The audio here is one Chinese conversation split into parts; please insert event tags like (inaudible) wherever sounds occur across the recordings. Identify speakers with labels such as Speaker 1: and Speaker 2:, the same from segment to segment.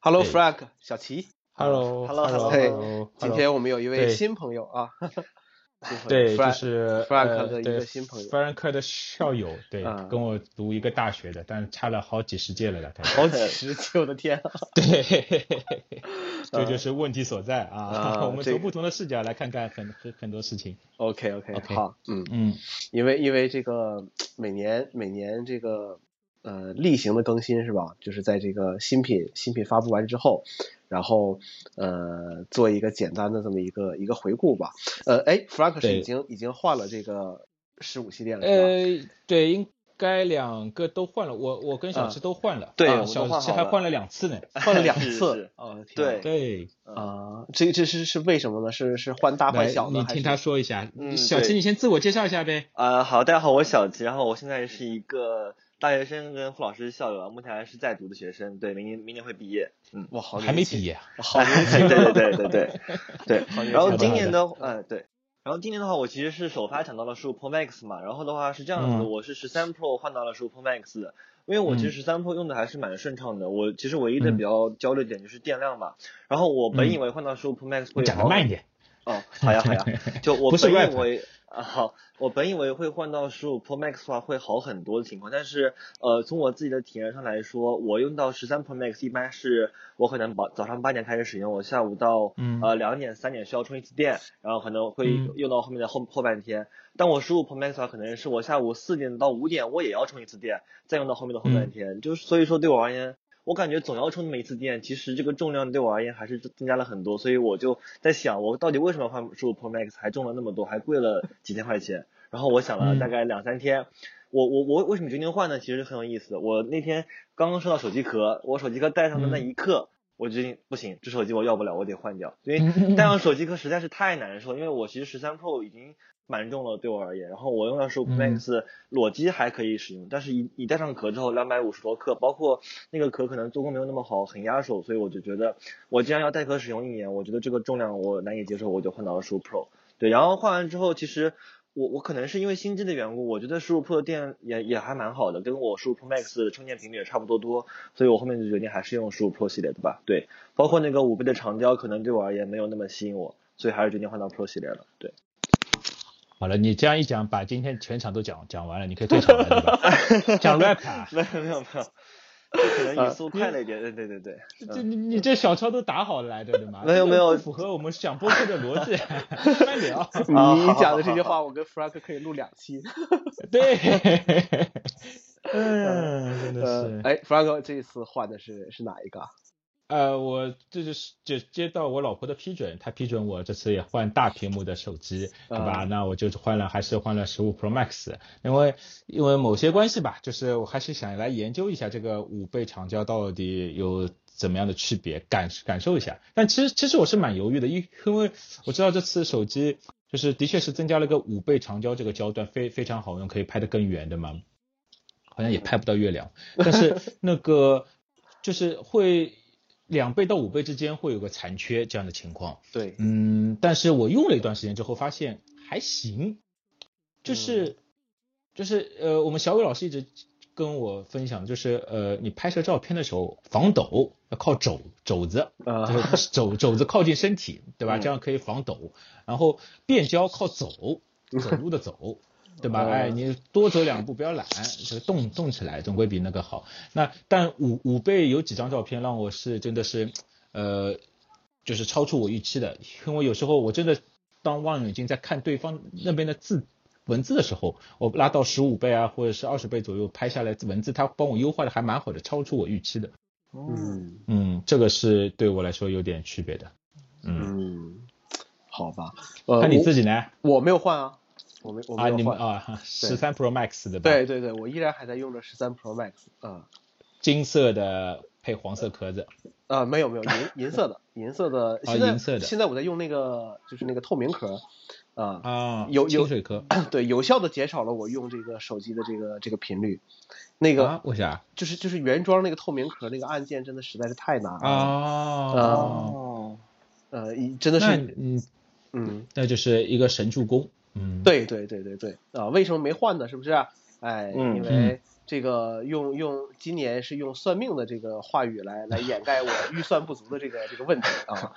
Speaker 1: Hello
Speaker 2: 对
Speaker 1: Frank，小齐，
Speaker 2: Hello
Speaker 3: Hello，Hello，
Speaker 2: Hello，
Speaker 1: 今天我们有一位
Speaker 2: 对
Speaker 1: 新朋友啊， (laughs) 新朋友
Speaker 2: 对，就
Speaker 1: Frank (laughs)
Speaker 2: 是
Speaker 1: Frank
Speaker 2: 呃
Speaker 1: 的一
Speaker 2: 对
Speaker 1: 个新朋友
Speaker 2: ，Frank 的校友，对
Speaker 1: 嗯，
Speaker 2: 跟我读一个大学的，但是差了好几十届了，大概。
Speaker 1: 好几十届， (laughs) 我的天啊！
Speaker 2: 对， (laughs) 这就是问题所在
Speaker 1: 啊
Speaker 2: 啊！ (laughs) 我们
Speaker 1: 这个
Speaker 2: 从不同的视角来看看很很很多事情。
Speaker 1: OK OK，,
Speaker 2: OK
Speaker 1: 好，嗯，
Speaker 2: 嗯，
Speaker 1: 因为因为这个每年每年这个呃例行的更新是吧？就是在这个新品新品发布完之后，然后呃做一个简单的这么一个一个回顾吧。呃，哎，Frank 是
Speaker 2: 对
Speaker 1: 已经已经换了这个十五系列了是吧？
Speaker 2: 呃，对，应该两个都换了，我我跟小
Speaker 1: 嗯
Speaker 2: 池都换了，
Speaker 1: 对
Speaker 2: 啊
Speaker 1: 我们都
Speaker 2: 小
Speaker 3: 换
Speaker 2: 池
Speaker 3: 好
Speaker 2: 还
Speaker 3: 了
Speaker 2: 换了两次呢。
Speaker 1: 换了两
Speaker 3: 是
Speaker 1: 次
Speaker 3: 是，
Speaker 1: 哦，天啊
Speaker 3: 对
Speaker 2: 对，
Speaker 1: 啊，这这是是为什么呢？是是换大换
Speaker 2: 来
Speaker 1: 小呢？
Speaker 2: 你
Speaker 1: 还是
Speaker 2: 听他说一下。
Speaker 3: 嗯
Speaker 2: 小池，
Speaker 3: 对
Speaker 2: 你先自我介绍一下呗。
Speaker 3: 呃，好，大家好，我小吉，然后我现在是一个大学生，跟付老师校友，啊，目前还是在读的学生，对，明年明年会毕业，嗯，
Speaker 1: 哇，好
Speaker 2: 还没
Speaker 1: 年轻
Speaker 2: 毕，业啊，
Speaker 1: 好年轻， (laughs)
Speaker 3: 对 (laughs) 对对对对对
Speaker 1: 好年轻，
Speaker 3: 然
Speaker 2: (laughs)
Speaker 3: 后
Speaker 2: 好的啊
Speaker 3: 今
Speaker 2: 好的
Speaker 3: 年的，呃，对，然后今年的话，我其实是首发抢到了十五 Pro Max 嘛，然后的话是这样子的，
Speaker 2: 嗯
Speaker 3: 我是十三 Pro 换到了十五 Pro Max 的，因为我其实十三 Pro 用的还是蛮顺畅的，我其实唯一的
Speaker 2: 嗯
Speaker 3: 比较焦虑点就是电量嘛，然后我本以
Speaker 2: 嗯
Speaker 3: 为换到十五 Pro Max
Speaker 2: 你
Speaker 3: 会
Speaker 2: 讲的
Speaker 3: 好
Speaker 2: 慢一点。
Speaker 3: 哦，好呀好呀，就我
Speaker 2: 不是
Speaker 3: 本以
Speaker 2: rap
Speaker 3: 为啊好，我本以为会换到十五 Pro Max 的话会好很多的情况，但是呃从我自己的体验上来说，我用到十三 Pro Max 一般是我可能早早上八点开始使用，我下午到、
Speaker 2: (laughs) 嗯
Speaker 3: 呃两点三点需要充一次电，然后可能会
Speaker 2: 嗯
Speaker 3: 用到后面的后后半天。但我十五 Pro Max 的话，可能是我下午四点到五点我也要充一次电，再用到后面的后半
Speaker 2: 嗯
Speaker 3: 天，就是所以说对我而言。我感觉总要充那么一次电，其实这个重量对我而言还是增加了很多，所以我就在想，我到底为什么换十五 Pro Max 还重了那么多，还贵了几千块钱？然后我想了
Speaker 2: 嗯
Speaker 3: 大概两三天，我我我为什么决定换呢？其实很有意思。我那天刚刚收到手机壳，我手机壳戴上的那
Speaker 2: 嗯
Speaker 3: 一刻，我决定不行，这手机我要不了，我得换掉，因为
Speaker 2: 嗯嗯嗯
Speaker 3: 戴上手机壳实在是太难受。因为我其实十三 Pro 已经蛮重了对我而言，然后我用到十五 Pro
Speaker 2: 嗯
Speaker 3: Max 裸机还可以使用，但是一一戴上壳之后，两百五十多克，包括那个壳可能做工没有那么好，很压手，所以我就觉得我既然要带壳使用一年，我觉得这个重量我难以接受，我就换到了十五 Pro。对，然后换完之后，其实我我可能是因为新机的缘故，我觉得十五 Pro 的电也也还蛮好的，跟我十五 Pro Max 的充电频率也差不多多，所以我后面就决定还是用十五 Pro 系列的吧。对，包括那个五倍的长焦，可能对我而言没有那么吸引我，所以还是决定换到 Pro 系列了。对，
Speaker 2: (laughs) 好了，你这样一讲，把今天全场都讲讲完了，你可以退场了，对
Speaker 3: (laughs)
Speaker 2: 吧？讲 rap 啊，
Speaker 3: 没有没有没有，可能语速快了一点。对对对对，
Speaker 2: 这你你这小抄都打好来的，对吗？
Speaker 3: 没有没有
Speaker 2: 这个不符合我们讲播客的逻
Speaker 3: (laughs)
Speaker 2: 辑，慢聊。
Speaker 3: 啊
Speaker 1: 你
Speaker 3: 好
Speaker 1: 讲
Speaker 3: 好
Speaker 1: 的这
Speaker 3: 好
Speaker 1: 句
Speaker 3: 好
Speaker 1: 话，我跟 Frank 可以录两期。
Speaker 3: (laughs)
Speaker 2: 对，
Speaker 3: 哎
Speaker 2: 嗯，真
Speaker 1: 呃
Speaker 2: (laughs) 的，是。
Speaker 1: 哎，Frank 这一次换的是是哪一个啊？
Speaker 2: 呃，我这就是就接到我老婆的批准，她批准我这次也换大屏幕的手机，对吧？
Speaker 1: 啊
Speaker 2: 那我就是换了，还是换了十五 Pro Max，因为因为某些关系吧，就是我还是想来研究一下这个五倍长焦到底有怎么样的区别，感感受一下。但其实其实我是蛮犹豫的，因因为我知道这次手机就是的确是增加了个五倍长焦这个焦段，非非常好用，可以拍得更远的嘛。好像也拍不到月亮， (laughs) 但是那个就是会两倍到五倍之间会有个残缺这样的情况。
Speaker 1: 对，
Speaker 2: 嗯，但是我用了一段时间之后，发现还行，就是、就是呃，我们小伟老师一直跟我分享，就是呃，你拍摄照片的时候防抖要靠肘肘子，
Speaker 1: 啊
Speaker 2: 就是 (laughs) 肘肘子靠近身体，对吧？
Speaker 3: 嗯
Speaker 2: 这样可以防抖。然后变焦靠走，走路的走，对吧？
Speaker 1: 嗯
Speaker 2: 哎，你多走两步，不要懒，就是动动起来，总归比那个好。那但五五倍有几张照片让我是真的是，呃，就是超出我预期的，因为有时候我真的当望远镜在看对方那边的字。文字的时候，我拉到十五倍啊，或者是二十倍左右拍下来文字，它帮我优化的还蛮好的，超出我预期的。
Speaker 1: 嗯
Speaker 2: 嗯，这个是对我来说有点区别的。嗯，
Speaker 1: 嗯，好吧，呃，
Speaker 2: 那你自
Speaker 1: 己
Speaker 2: 己呢？
Speaker 1: 我没有换啊，我没我
Speaker 2: 啊，
Speaker 1: 没
Speaker 2: 你
Speaker 1: 有
Speaker 2: 们
Speaker 1: 换。 (laughs)
Speaker 2: 啊，十三 Pro Max 的吧？
Speaker 1: 对，对对，我依然还在用着十三 Pro Max 啊
Speaker 2: 金色的配黄色壳子。
Speaker 1: 啊，没有没有银银色的银色的，现在
Speaker 2: 啊银色的
Speaker 1: 现在我在用那个就是那个透明壳啊，
Speaker 2: 啊，
Speaker 1: 有有
Speaker 2: 清水壳。
Speaker 1: (clears throat) 对，有效的减少了我用这个手机的这个这个频率。那个
Speaker 2: 啊，为啥？
Speaker 1: 就是就是原装那个透明壳那个按键真的实在是太难
Speaker 3: 啊
Speaker 1: 了，
Speaker 2: 哦，
Speaker 3: 哦，
Speaker 1: 呃，一真的
Speaker 2: 那
Speaker 1: 是，
Speaker 2: 嗯，
Speaker 1: 嗯，
Speaker 2: 那就是一个神助攻。嗯，
Speaker 1: 呃对对对对对，啊、为什么没换呢？是不是？哎，
Speaker 3: 嗯
Speaker 1: 因为这个用用今年是用算命的这个话语来来掩盖我预算不足的这个这个问题啊。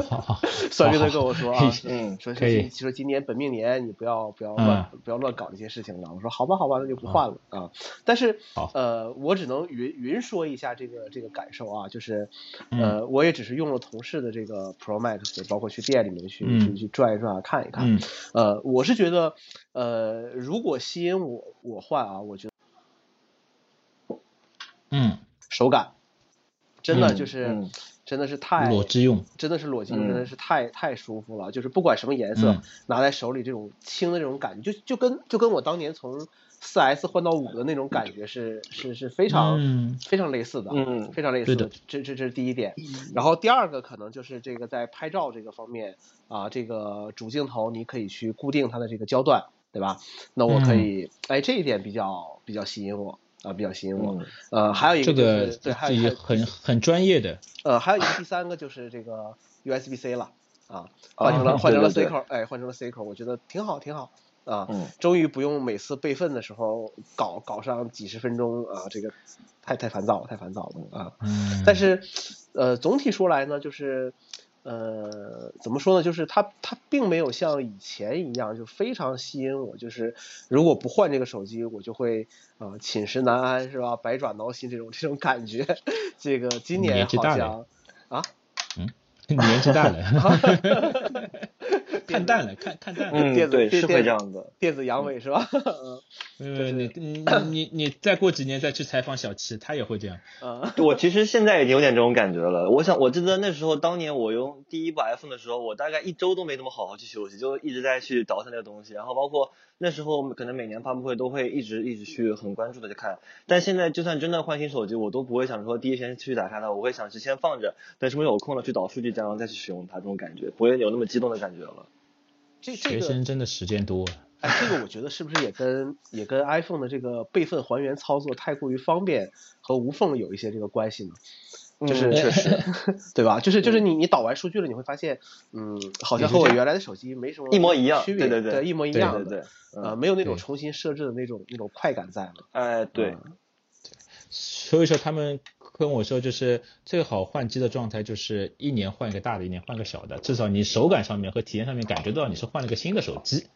Speaker 1: (laughs) 算命的跟我说啊，
Speaker 3: 嗯，
Speaker 1: 说
Speaker 2: 哦可以嗯
Speaker 1: 说说今年本命年你不要不要乱、不要乱搞这些事情了。我说好吧好吧，那就不换了啊。但是
Speaker 2: 好
Speaker 1: 呃，我只能云云说一下这个这个感受啊，就是
Speaker 2: 嗯
Speaker 1: 呃，我也只是用了同事的这个 Pro Max，包括去店里面去、
Speaker 2: 嗯
Speaker 1: 去去转一转啊看一看。
Speaker 2: 嗯
Speaker 1: 呃，我是觉得，呃，如果吸引我我换啊，我觉得
Speaker 2: 嗯，
Speaker 1: 手感真的
Speaker 2: 嗯
Speaker 1: 就是、
Speaker 3: 嗯
Speaker 1: 真的是太
Speaker 2: 裸之用，
Speaker 1: 真的是裸肌真的
Speaker 3: 嗯
Speaker 1: 是太、太舒服了，就是不管什么颜色，
Speaker 2: 嗯
Speaker 1: 拿在手里这种轻的这种感觉，就就跟就跟我当年从四 S 换到五的那种感觉是是是非常、
Speaker 2: 嗯
Speaker 1: 非常类似的，
Speaker 3: 嗯
Speaker 1: 非常类似
Speaker 2: 对的
Speaker 1: 这这这是第一点，然后第二个可能就是这个在拍照这个方面啊，这个主镜头你可以去固定它的这个焦段，对吧？那我
Speaker 2: 嗯
Speaker 1: 可以，哎，这一点比较比较吸引我啊，比较吸引我。
Speaker 3: 嗯
Speaker 1: 呃，还有一
Speaker 2: 这
Speaker 1: 个、就是
Speaker 2: 个
Speaker 1: 对，还
Speaker 2: 自
Speaker 1: 有还
Speaker 2: 己
Speaker 1: 有
Speaker 2: 很很专业的，
Speaker 1: 呃，还有一个第三个就是这个 USB-C 了啊，
Speaker 3: 啊
Speaker 1: 换成了换成了 C
Speaker 3: 对对对
Speaker 1: 口，哎，换成了 C 口，我觉得挺好，挺好啊。
Speaker 3: 嗯
Speaker 1: 终于不用每次备份的时候搞搞上几十分钟啊，这个太太烦躁了，太烦躁了啊。
Speaker 2: 嗯，
Speaker 1: 但是，呃，总体说来呢，就是，呃，怎么说呢？就是它它并没有像以前一样就非常吸引我，就是如果不换这个手机，我就会啊、呃寝食难安是吧？百爪挠心这种这种感觉。 (laughs) 这个今年
Speaker 2: 年纪
Speaker 1: 好
Speaker 2: 大
Speaker 1: 像
Speaker 2: 了年纪
Speaker 1: (laughs)
Speaker 2: 大了，看淡了，看看淡了。
Speaker 3: 嗯，
Speaker 1: 电子
Speaker 3: 对，
Speaker 1: 电
Speaker 3: 是会这样的。嗯
Speaker 1: 电子阳痿是吧？ (laughs) 嗯
Speaker 2: 呃，你你你你再过几年再去采访小七，他也会这样。
Speaker 1: 嗯
Speaker 3: 我其实现在已经有点这种感觉了。我想，我记得那时候，当年我用第一部 iPhone 的时候，我大概一周都没怎么好好去休息，就一直在去倒腾这个东西。然后包括那时候可能每年发布会都会一直一直去很关注的去看。但现在就算真的换新手机，我都不会想说第一时间去打开它，我会想是先放着，等什么有空了去导数据，然后再去使用它，这种感觉不会有那么激动的感觉了。
Speaker 1: 这这
Speaker 2: 学
Speaker 1: 个
Speaker 2: 生真的时间多啊，
Speaker 1: 哎，这个我觉得是不是也跟也跟 iPhone 的这个备份还原操作太过于方便和无缝有一些这个关系呢？就是
Speaker 3: 嗯确实，
Speaker 1: 对吧？就是
Speaker 3: 嗯
Speaker 1: 就是你你导完数据了，你会发现，嗯，好像和我原来的手机没什么
Speaker 3: 一模一样
Speaker 1: 区别，
Speaker 3: 对对对
Speaker 1: 一模一
Speaker 2: 对
Speaker 1: 样
Speaker 3: 对
Speaker 1: 的，
Speaker 3: 对，
Speaker 1: 呃，
Speaker 3: 嗯，
Speaker 1: 没有那种
Speaker 2: 对
Speaker 1: 重新设置的那种那种快感在了。
Speaker 3: 哎，对，
Speaker 2: 所以说他们跟我说，就是最好换机的状态就是一年换一个大的，一年换个小的，至少你手感上面和体验上面感觉到你是换了个新的手机。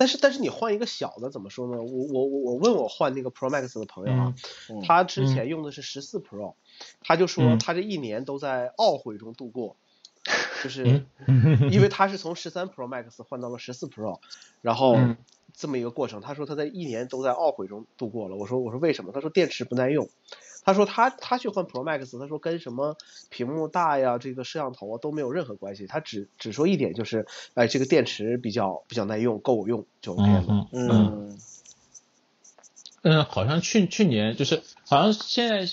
Speaker 1: 但是但是你换一个小的怎么说呢？我我我我问我换那个 Pro Max 的朋友啊，
Speaker 3: 嗯
Speaker 1: 他之前用的是十四 Pro，、他就说
Speaker 2: 嗯
Speaker 1: 他这一年都在懊悔中度过，
Speaker 3: (laughs)
Speaker 1: 就是。
Speaker 2: 嗯， (laughs)
Speaker 1: 因为他是从十三 Pro Max 换到了十四 Pro，然后
Speaker 2: 嗯
Speaker 1: 这么一个过程，他说他在一年都在懊悔中度过了。我说我说为什么？他说电池不耐用。他说他他去换 Pro Max，他说跟什么屏幕大呀、这个摄像头啊都没有任何关系，他只只说一点就是，哎，这个电池比较比较耐用，够我用就 OK 了。
Speaker 2: 嗯嗯
Speaker 3: 嗯
Speaker 2: 嗯，好像去去年就是好像现在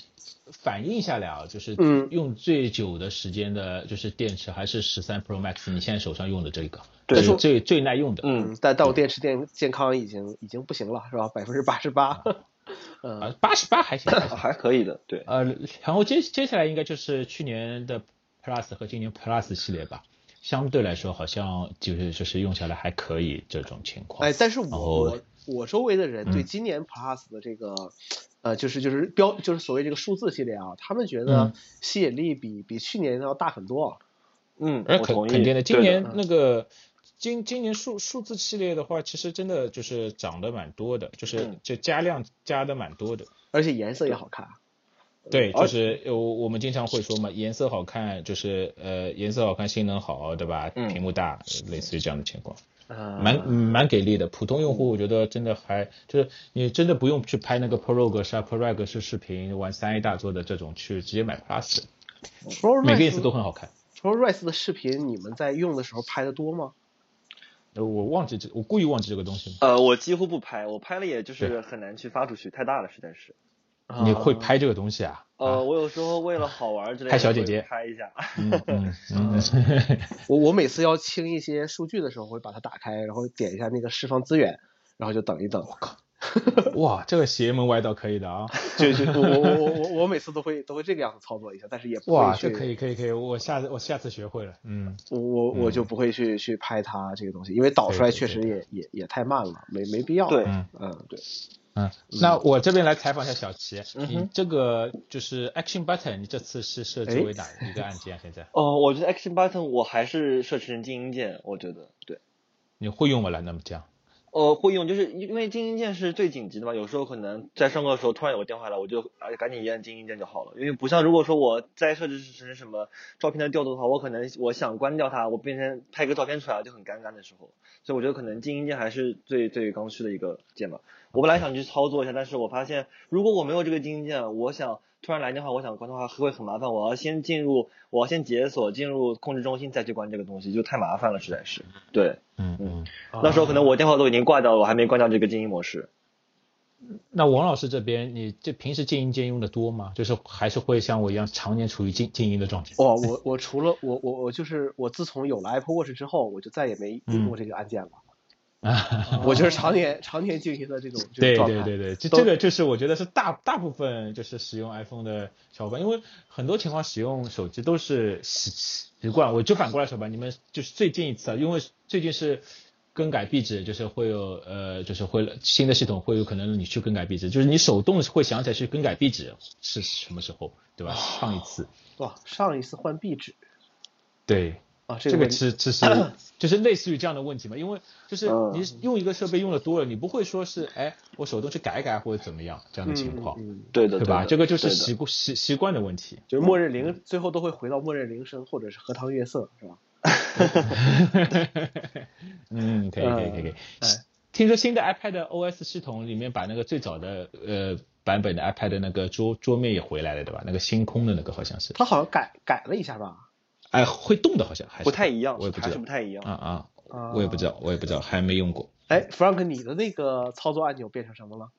Speaker 2: 反映下来啊，就是
Speaker 1: 嗯
Speaker 2: 用最久的时间的，就是电池还是十三 Pro Max，你现在手上用的这个，
Speaker 3: 对
Speaker 2: 是最最耐用的。
Speaker 3: 嗯
Speaker 1: 嗯，但但我电池电健康已经已经不行了，是吧？百分之八十八。 (laughs) 嗯，
Speaker 2: 啊，八十八还行。还行
Speaker 3: 还可以的，对，
Speaker 2: 呃，然后接接下来应该就是去年的 Plus 和今年 Plus 系列吧，相对来说好像就是就是用下来还可以这种情况。
Speaker 1: 哎，但是我
Speaker 2: 然
Speaker 1: 我
Speaker 2: 后
Speaker 1: 我周围的人对
Speaker 2: 哦嗯
Speaker 1: 今年 Plus 的这个，呃，就是就是标就是所谓这个数字系列啊，他们觉得
Speaker 2: 嗯
Speaker 1: 吸引力比比去年要大很多啊。
Speaker 3: 嗯，
Speaker 2: 哎，
Speaker 3: 我
Speaker 2: 肯
Speaker 3: 同意，
Speaker 2: 肯定的，今
Speaker 3: 对嗯
Speaker 2: 年那个今今年数数字系列的话，其实真的就是涨得蛮多的，就是
Speaker 3: 嗯
Speaker 2: 就加量加的蛮多的。
Speaker 1: 而且颜色也好看，
Speaker 2: 对，
Speaker 3: 而
Speaker 2: 就是呃我我们经常会说嘛，颜色好看，就是呃颜色好看，性能好，对吧？
Speaker 3: 嗯
Speaker 2: 屏幕大，类似于这样的情况。
Speaker 1: 呃，
Speaker 2: 蛮蛮给力的。普通用户我觉得真的还就是你真的不用去拍那个 Pro 格式啊、Pro 格式视频，玩三 A 大作的这种，去直接买 Plus，
Speaker 1: Pro
Speaker 2: 呃每个颜色
Speaker 1: Res
Speaker 2: 都很好看。
Speaker 1: Pro Res 的视频，你们在用的时候拍的多吗？
Speaker 2: 呃我忘记这，我故意忘记这个东西了。
Speaker 3: 呃，我几乎不拍，我拍了也就是
Speaker 2: 对
Speaker 3: 很难去发出去，太大了，实在是。
Speaker 2: 你会拍这个东西啊？
Speaker 3: 呃，
Speaker 2: 啊，
Speaker 3: 我有时候为了好玩之类的，
Speaker 2: 拍小姐姐
Speaker 3: 会拍一下。
Speaker 2: 嗯嗯
Speaker 3: (laughs)
Speaker 2: 嗯，
Speaker 1: 啊？我我每次要清一些数据的时候，会把它打开，然后点一下那个释放资源，然后就等一等。
Speaker 2: 哇，这个邪门歪道可以的啊！
Speaker 1: 就就我我我我我每次都会都会这个样子操作一下，但是也不会
Speaker 2: 哇，
Speaker 1: 去
Speaker 2: 这可以可以可以，我下次我下次学会了。嗯，
Speaker 1: 我我我就不会去去拍它这个东西，因为导出来确实也也也太慢了，没没必要。
Speaker 3: 对
Speaker 2: 嗯
Speaker 1: 嗯，对，
Speaker 2: 嗯，那我这边来采访一下小齐，
Speaker 3: 嗯
Speaker 2: 你
Speaker 3: 哼
Speaker 2: 这个就是 Action Button，你这次是设置为哪一个按键？现在
Speaker 3: 哦，我觉得 Action Button 我还是设置成静音键，我觉得对。
Speaker 2: 你会用我了？那么这样，
Speaker 3: 呃，会用，就是因为静音键是最紧急的嘛。有时候可能在上课的时候突然有个电话来，我就啊赶紧一按静音键就好了。因为不像如果说我再设置成什么照片的调度的话，我可能我想关掉它，我变成拍个照片出来就很尴尬的时候。所以我觉得可能静音键还是最最刚需的一个键吧。我本来想去操作一下，但是我发现如果我没有这个静音键，我想突然来电话，我想关的话会很麻烦。我要先进入，我要先解锁进入控制中心再去关这个东西，就太麻烦了，实在是。对。
Speaker 2: 嗯
Speaker 3: 嗯
Speaker 2: 嗯。
Speaker 3: 那时候可能我电话都已经挂掉了，我还没关掉这个静音模式。
Speaker 2: 那王老师这边，你这平时静音键用的多吗？就是还是会像我一样常年处于静静音的状态？ (laughs)
Speaker 1: 哇，我我除了我我我就是我自从有了 Apple Watch 之后，我就再也没用
Speaker 2: 嗯
Speaker 1: 过这个按键了。我就是常年常年静音的这种这种
Speaker 2: 啊
Speaker 1: 状
Speaker 2: 对
Speaker 1: 态。
Speaker 2: 对对对，这
Speaker 1: 都
Speaker 2: 这个就是我觉得是大大部分就是使用 iPhone 的小伙伴，因为很多情况使用手机都是习习惯。我就反过来说吧，你们就是最近一次啊，因为最近是更改壁纸，就是会有呃，就是会新的系统会有可能你去更改壁纸，就是你手动会想起来去更改壁纸是什么时候，对吧？上一
Speaker 1: 哦
Speaker 2: 次，
Speaker 1: 哇，上一次换壁纸
Speaker 2: 对，
Speaker 1: 啊，这
Speaker 2: 这
Speaker 1: 个
Speaker 2: 个
Speaker 1: 问题
Speaker 2: 其实其实
Speaker 1: (clears throat)
Speaker 2: 就是类似于这样的问题嘛，因为就是
Speaker 1: 嗯
Speaker 2: 你用一个设备用的多了，你不会说是哎，我手动去改一改或者怎么样这样的情况。
Speaker 1: 嗯嗯嗯
Speaker 3: 对的，
Speaker 2: 对吧？
Speaker 3: 的
Speaker 2: 这个就是
Speaker 3: 对的
Speaker 2: 习惯习习惯的问
Speaker 3: (laughs)
Speaker 2: 题。
Speaker 1: 就是默认铃，最后都会回到默认铃声或者是荷塘月色，是吧？
Speaker 2: 嗯，可以可以可以可以
Speaker 1: 哎。
Speaker 2: 听说新的 iPad OS 系统里面把那个最早的呃版本的 iPad 的那个桌桌面也回来了，对吧？那个星空的那个好像是，
Speaker 1: 它好像改改了一下吧？
Speaker 2: 哎，会动的好像还是
Speaker 3: 不太一样，
Speaker 2: 我也不
Speaker 3: 还
Speaker 2: 知
Speaker 3: 是
Speaker 2: 道
Speaker 3: 不太一样。
Speaker 2: 啊啊，
Speaker 1: 啊，
Speaker 2: 我也不知。道，我也不知道，还没用过。
Speaker 1: 哎，Frank，你的那个操作按钮变成什么了？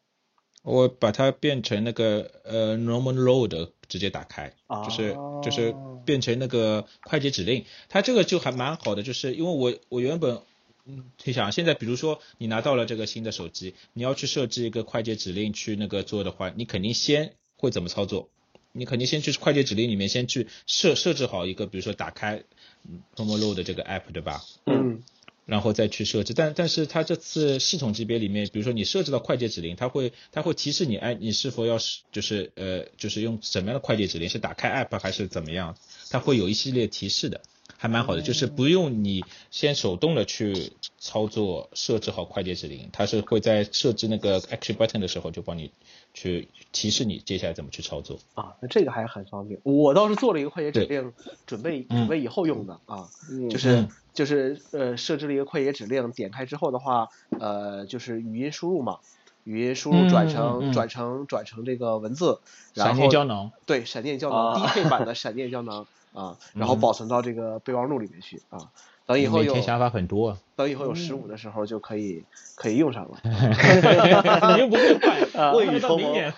Speaker 2: 我把它变成那个呃 normal load 直接打开，
Speaker 1: 哦
Speaker 2: 就是就是嗯变成那个快捷指令。它这个就还蛮好的，就是因为我我原本嗯，你想现在比如说你拿到了这个新的手机，你要去设置一个快捷指令去那个做的话，你肯定先会怎么操作？你肯定先去快捷指令里面先去设设置好一个，比如说打开嗯 normal load 这个 app 对吧？
Speaker 1: 嗯，
Speaker 2: 然后再去设置。但但是它这次系统级别里面，比如说你设置到快捷指令，它会它会提示你，哎，你是否要是就是呃就是用什么样的快捷指令，是打开 app 还是怎么样？它会有一系列提示的，还蛮好的，就是不用你先手动的去操作设置好快捷指令，它是会在设置那个 action button 的时候就帮你去提示你接下来怎么去操作。
Speaker 1: 啊，那这个还很方便。我倒是做了一个快捷指令，准备
Speaker 2: 嗯
Speaker 1: 准备以后用的啊，
Speaker 3: 嗯
Speaker 1: 就是
Speaker 2: 嗯
Speaker 1: 就是呃，设置了一个快捷指令，点开之后的话，呃，就是语音输入嘛，语音输入转
Speaker 2: 嗯嗯嗯
Speaker 1: 成
Speaker 2: 嗯
Speaker 1: 转成转成这个文字，然
Speaker 2: 闪
Speaker 1: 后
Speaker 2: 电胶囊，
Speaker 1: 对，闪电胶囊
Speaker 3: 啊
Speaker 1: DK
Speaker 2: (laughs)
Speaker 1: 版的闪电胶囊啊，然后
Speaker 2: 嗯
Speaker 1: 保存到这个备忘录里面去啊。等以后
Speaker 2: 每
Speaker 1: 有
Speaker 2: 天想法很
Speaker 1: (laughs)
Speaker 2: 多啊。
Speaker 1: 等以后有十五的时候就可以可以用上了。
Speaker 2: 你又不会换，
Speaker 1: 未
Speaker 2: 我
Speaker 1: 雨
Speaker 2: 到
Speaker 1: 绸
Speaker 2: 明
Speaker 1: 缪
Speaker 2: 年了。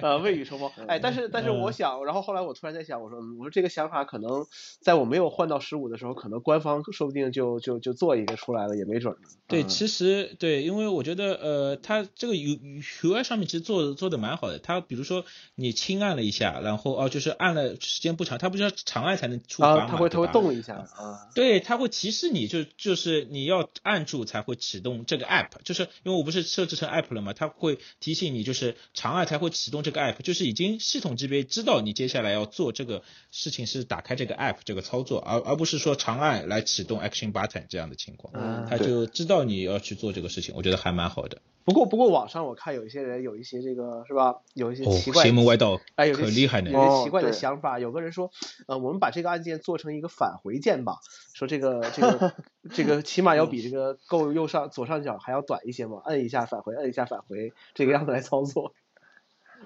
Speaker 1: 呃，未雨绸缪。哎，但是但是我
Speaker 2: 嗯
Speaker 1: 想，然后后来我突然在想，我说，嗯我说这个想法可能在我没有换到十五的时候，可能官方说不定就就就做一个出来了，也没准儿呢。
Speaker 2: 对，
Speaker 1: 嗯
Speaker 2: 其实对，因为我觉得呃，它这个 U U I 上面其实做做的蛮好的。它比如说你轻按了一下，然后哦，就是按了时间不长，它不是要长按才能触发嘛
Speaker 1: 啊，，它会
Speaker 2: 对
Speaker 1: 它会
Speaker 2: 吧嗯
Speaker 1: 动一下啊。
Speaker 2: 对，它会提示你，就就是你要按住才会启动这个 app，就是因为我不是设置成 app 了嘛，它会提醒你，就是长按才会启动这个 app，就是已经系统级别知道你接下来要做这个事情是打开这个 app 这个操作，而而不是说长按来启动 action button 这样的情况，
Speaker 1: 嗯
Speaker 2: 它就知道你要去做这个事情，我觉得还蛮好的。
Speaker 1: 不过不过网上我看有一些人有一些这个是吧，有一些
Speaker 2: 哦
Speaker 1: 奇，怪
Speaker 2: 邪门歪道，
Speaker 1: 哎，有
Speaker 2: 可
Speaker 1: 些
Speaker 2: 厉害呢
Speaker 1: 有。些
Speaker 3: 哦
Speaker 1: 奇怪的
Speaker 3: 对
Speaker 1: 想法。有个人说，呃，我们把这个按键做成一个返回键吧，说这个这
Speaker 2: (laughs)
Speaker 1: 个这个起码要
Speaker 2: 嗯
Speaker 1: 比这个够右上左上角还要短一些嘛，摁一下返回，摁一下返回，这个样子来操作。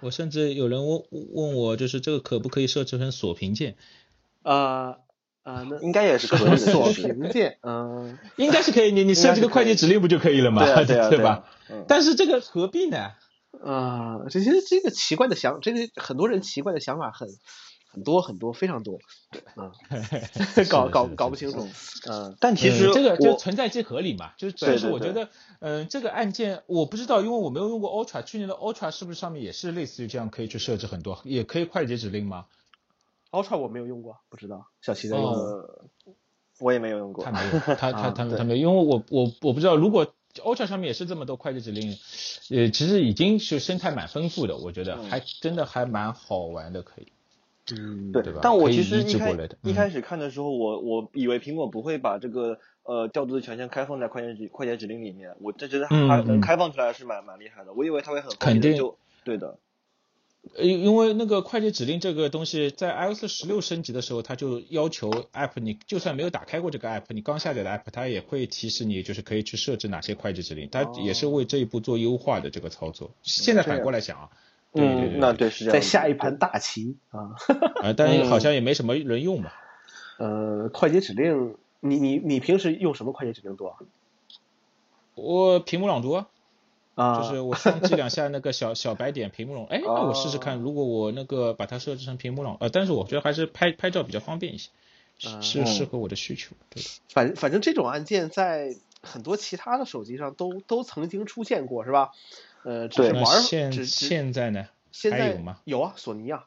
Speaker 2: 我甚至有人问问我，就是这个可不可以设置成锁屏键？
Speaker 1: 呃呃，那
Speaker 3: 应该 (laughs) 也是可以的。
Speaker 1: 锁
Speaker 3: 其实
Speaker 1: 屏键，嗯、
Speaker 2: 应该是可以，你你设
Speaker 3: 应该
Speaker 2: 置
Speaker 3: 是
Speaker 2: 个
Speaker 3: 可
Speaker 2: 快捷
Speaker 3: 以
Speaker 2: 指令不就可以了嘛？
Speaker 3: 对
Speaker 2: (laughs)
Speaker 3: 啊对啊对啊
Speaker 2: 吧？
Speaker 3: 嗯
Speaker 2: 但是这个何必 (laughs) 呢？
Speaker 1: 啊、这些这个奇怪的想，这个很多人奇怪的想法很很多很多，非常多，
Speaker 2: (laughs)
Speaker 1: 啊、搞搞搞不清楚，嗯、
Speaker 3: 但其实
Speaker 2: 嗯这个就
Speaker 3: 我
Speaker 2: 存在即合理嘛，就是
Speaker 3: 对
Speaker 2: 只是
Speaker 3: 对
Speaker 2: 我觉得，嗯，这个按键我不知道，因为我没有用过 Ultra，去年的 Ultra 是不是上面也是类似于这样可以去设置很多，也可以快捷指令吗？
Speaker 1: Ultra 我没有用过，不知道小齐在用吗。
Speaker 2: 哦
Speaker 3: 呃我也没有用过
Speaker 2: 他。没有，他他
Speaker 1: 啊
Speaker 2: 他
Speaker 1: 对
Speaker 2: 他没有，因为我我我不知道，如果就 Ultra 上面也是这么多快捷指令，呃，其实已经是生态蛮丰富的，我觉得
Speaker 3: 嗯
Speaker 2: 还真的还蛮好玩的，可以。
Speaker 1: 嗯，
Speaker 3: 对
Speaker 2: 对吧
Speaker 3: 但我
Speaker 2: 可以
Speaker 3: 其实
Speaker 2: 移
Speaker 3: 一
Speaker 2: 植
Speaker 3: 开
Speaker 2: 过来的
Speaker 3: 一
Speaker 2: 嗯
Speaker 3: 开始看的时候，我我以为苹果不会把这个呃调度的权限开放在快捷指快捷指令里面，我这觉得它
Speaker 2: 嗯
Speaker 3: 能
Speaker 2: 嗯
Speaker 3: 开放出来是蛮蛮厉害的，我以为它会很
Speaker 2: 肯
Speaker 3: 合理的
Speaker 2: 定
Speaker 3: 就对的，
Speaker 2: 呃，因为那个快捷指令这个东西，在 iOS 十六升级的时候，它就要求 App 你就算没有打开过这个 App，你刚下载的 App，它也会提示你就是可以去设置哪些快捷指令，它
Speaker 3: 哦
Speaker 2: 也是为这一步做优化的这个操作。现在反过来想啊，对对
Speaker 3: 嗯，
Speaker 2: 对
Speaker 3: 那
Speaker 2: 对
Speaker 3: 对是这样
Speaker 1: 再
Speaker 3: 的，
Speaker 1: 下一盘大棋啊，
Speaker 2: 啊，但是好像也没什么人用嘛。
Speaker 1: 呃，快捷指令，你你你平时用什么快捷指令多啊？
Speaker 2: 我屏幕朗读啊，
Speaker 1: 啊，
Speaker 2: 就是我双击两下那个小小白点屏幕朗，哎，那我试试看，
Speaker 1: 哦
Speaker 2: 如果我那个把它设置成屏幕朗，呃，但是我觉得还是拍拍照比较方便一些，是
Speaker 1: 嗯
Speaker 2: 是适合我的需求。对的，
Speaker 1: 反反正这种按键在很多其他的手机上都都曾经出现过，是吧？呃，只是
Speaker 2: 那
Speaker 1: 玩儿
Speaker 2: 现
Speaker 1: 只只
Speaker 2: 现在呢？
Speaker 1: 现
Speaker 2: 还
Speaker 1: 在
Speaker 2: 有吗？
Speaker 1: 有啊，索尼啊，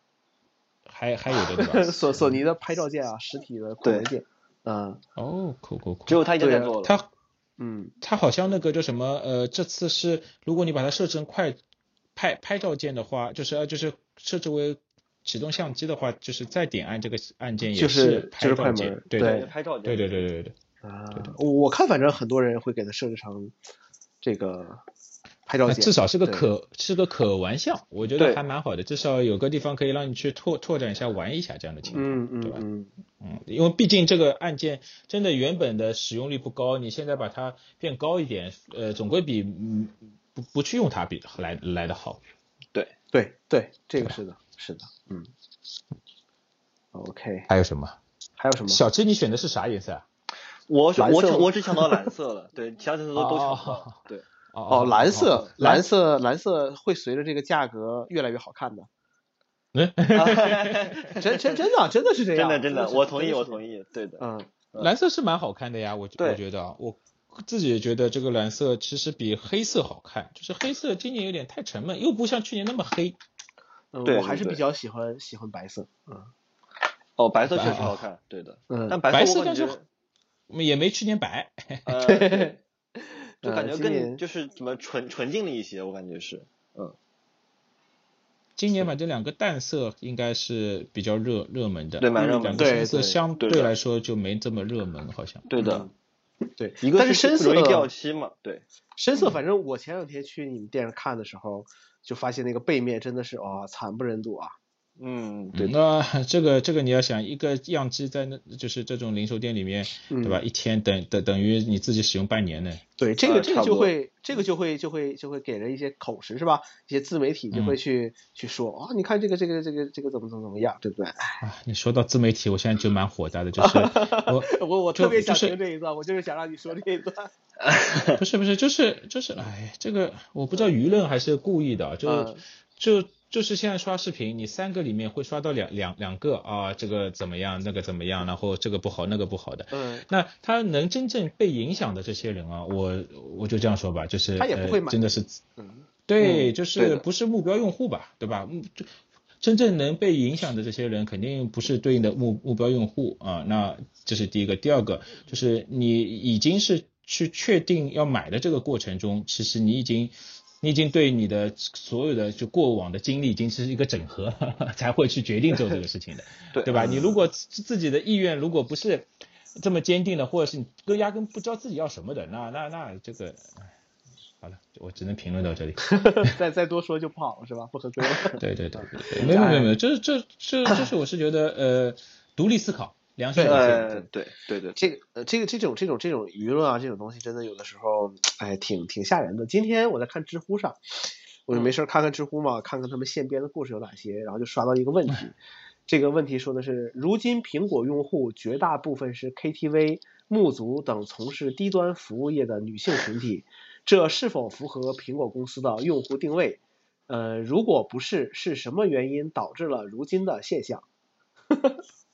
Speaker 2: 还还有的对啊吧？
Speaker 1: (laughs) 索索尼的拍照键啊，实体的快捷键，嗯
Speaker 2: 哦，酷酷酷！
Speaker 3: 只有他一家
Speaker 1: 对
Speaker 3: 在
Speaker 1: 啊
Speaker 3: 做了，
Speaker 2: 它
Speaker 1: 嗯，
Speaker 2: 它好像那个叫什么呃，这次是如果你把它设置成快拍拍照键的话，就是呃就是设置为启动相机的话，就是再点按这个按键也
Speaker 1: 就是
Speaker 2: 拍
Speaker 1: 就是快
Speaker 2: 照
Speaker 1: 门
Speaker 2: 键，对
Speaker 1: 对
Speaker 2: 对
Speaker 3: 拍照
Speaker 2: 对对对对对。
Speaker 1: 啊，我我看反正很多人会给它设置成这个拍照
Speaker 2: 那
Speaker 1: 键，
Speaker 2: 哎至少是个
Speaker 1: 对
Speaker 2: 可是个可玩项，我觉
Speaker 3: 对
Speaker 2: 得还蛮好的，至少有个地方可以让你去拓拓展一下、玩一下这样的情况。
Speaker 1: 嗯嗯
Speaker 2: 对吧
Speaker 1: 嗯，
Speaker 2: 嗯，因为毕竟这个按键真的原本的使用率不高，你现在把它变高一点，呃，总归比嗯不不去用它比来来的好。
Speaker 1: 对对，这个
Speaker 2: 对吧
Speaker 1: 是的，是的，嗯。OK，
Speaker 2: 还有什么？
Speaker 1: 还有什么？
Speaker 2: 小七，你选的是啥颜色啊？
Speaker 3: 我
Speaker 1: 蓝
Speaker 3: 我
Speaker 1: 色
Speaker 3: 抢
Speaker 1: 吗
Speaker 3: 我只抢到蓝色了，对，其他颜色都都抢不
Speaker 2: 哦
Speaker 3: 到， (laughs) 对，
Speaker 2: 哦
Speaker 1: 哦，蓝色，蓝
Speaker 2: 色，
Speaker 1: 色，蓝色会随着这个价格越来越好看的。真真真的真的是这
Speaker 3: 真
Speaker 1: 样，
Speaker 3: 的啊真的，我同意我
Speaker 1: 意。
Speaker 3: 同意，对的，
Speaker 1: 嗯，
Speaker 2: 蓝色是蛮好看的呀，我觉
Speaker 3: 对
Speaker 2: 我觉得啊，我自己觉得这个蓝色其实比黑色好看，就是黑色今年有点太沉闷，又不像去年那么黑。
Speaker 1: 嗯
Speaker 3: 对
Speaker 1: 我还
Speaker 3: 对
Speaker 1: 是
Speaker 3: 对
Speaker 1: 比较喜欢喜欢白色。
Speaker 3: 哦，白色确
Speaker 2: 白
Speaker 3: 实
Speaker 2: 啊
Speaker 3: 好看，对的，
Speaker 1: 嗯，
Speaker 3: 但
Speaker 2: 白
Speaker 3: 白色
Speaker 2: 色
Speaker 3: 我感
Speaker 2: 但是
Speaker 3: 觉
Speaker 2: 也没去年白，
Speaker 3: 呃， (laughs) 对就感觉
Speaker 1: 呃今年
Speaker 3: 更就是怎么纯纯净了一些，我感觉是，
Speaker 2: 今年反正两个淡色应该是比较热热门的，
Speaker 3: 对蛮热
Speaker 2: 两
Speaker 3: 门的
Speaker 2: 个深
Speaker 1: 对
Speaker 2: 色
Speaker 1: 对
Speaker 2: 相
Speaker 3: 对
Speaker 2: 对
Speaker 3: 的
Speaker 2: 来说就没这么热门，好像。
Speaker 3: 对的
Speaker 1: 嗯，对，
Speaker 3: 一个
Speaker 1: 但是深
Speaker 3: 容易掉
Speaker 1: 色
Speaker 3: 漆嘛，对，
Speaker 1: 深色，反正我前两天去你们店上看的时候，就发现那个背面真的是哇惨不忍睹啊。
Speaker 3: 嗯，
Speaker 2: 对，那 (laughs) 这个这个你要想，一个样机在那就是这种零售店里面，
Speaker 1: 嗯
Speaker 2: 对吧？一天等等等于你自己使用半年呢。
Speaker 1: 对，这
Speaker 3: 呃
Speaker 1: 个这
Speaker 3: 差
Speaker 1: 个
Speaker 3: 不
Speaker 1: 就
Speaker 3: 多
Speaker 1: 会这个就会就会就会给人一些口实是吧？一些自媒体就会去去说啊，你看这个这个这个这个怎么怎么怎么样，对不对？
Speaker 2: 啊，你说到自媒体，我现在就蛮火大的，
Speaker 3: (laughs)
Speaker 2: 就是我
Speaker 1: (laughs) 我我
Speaker 2: 就
Speaker 1: 特别想
Speaker 2: 就是
Speaker 1: 听这一段，我就是想让你说这一段。
Speaker 2: 不是不是，就是就是，哎，这个我
Speaker 3: 嗯
Speaker 2: 不知道舆论还是故意的啊，就、
Speaker 1: 嗯
Speaker 2: 就就是现在刷视频，你三个里面会刷到两两两个啊，这个怎么样，那个怎么样，然后这个不好，那个不好的。
Speaker 1: (laughs) 嗯，
Speaker 2: 那他能真正被影响的这些人啊，我我就这样说吧，就是
Speaker 1: 他也不会买
Speaker 2: 呃、真的是
Speaker 1: 嗯，
Speaker 2: 对，
Speaker 3: 嗯
Speaker 2: 就
Speaker 3: 对的
Speaker 2: 是不是目标用户吧，对吧？嗯，就真正能被影响的这些人，肯定不是对应的目目标用户啊。那这是第一个，第二个就是你已经是去确定要买的这个过程中，其实你已经。你已经对你的所有的就过往的经历已经是一个整合， (laughs) 才会去决定做这个事情的。
Speaker 3: (laughs) 对
Speaker 2: 对吧？你如果自自己的意愿如果不是这么坚定的，或者是你都压根不知道自己要什么的，那那那这个，哎好了，我只能评论到这里。
Speaker 1: 再再多说就不好了是吧？不合 (laughs) 格了。
Speaker 2: 对对对对对，没有没有
Speaker 1: 哎
Speaker 2: 没有，这这这就是我是觉得呃，独立思考，良性发现。
Speaker 1: 哎
Speaker 3: 呃，对对对，
Speaker 1: 这个呃，这个这种这种这种舆论啊，这种东西真的有的时候，哎，挺挺吓人的。今天我在看知乎上，我就没事儿看看知乎嘛，看看他们现编的故事有哪些，然后就刷到一个问题，这个问题说的是，如今苹果用户绝大部分是 KTV、牧族等从事低端服务业的女性群体，这是否符合苹果公司的用户定位？呃，如果不是，是什么原因导致了如今的现象？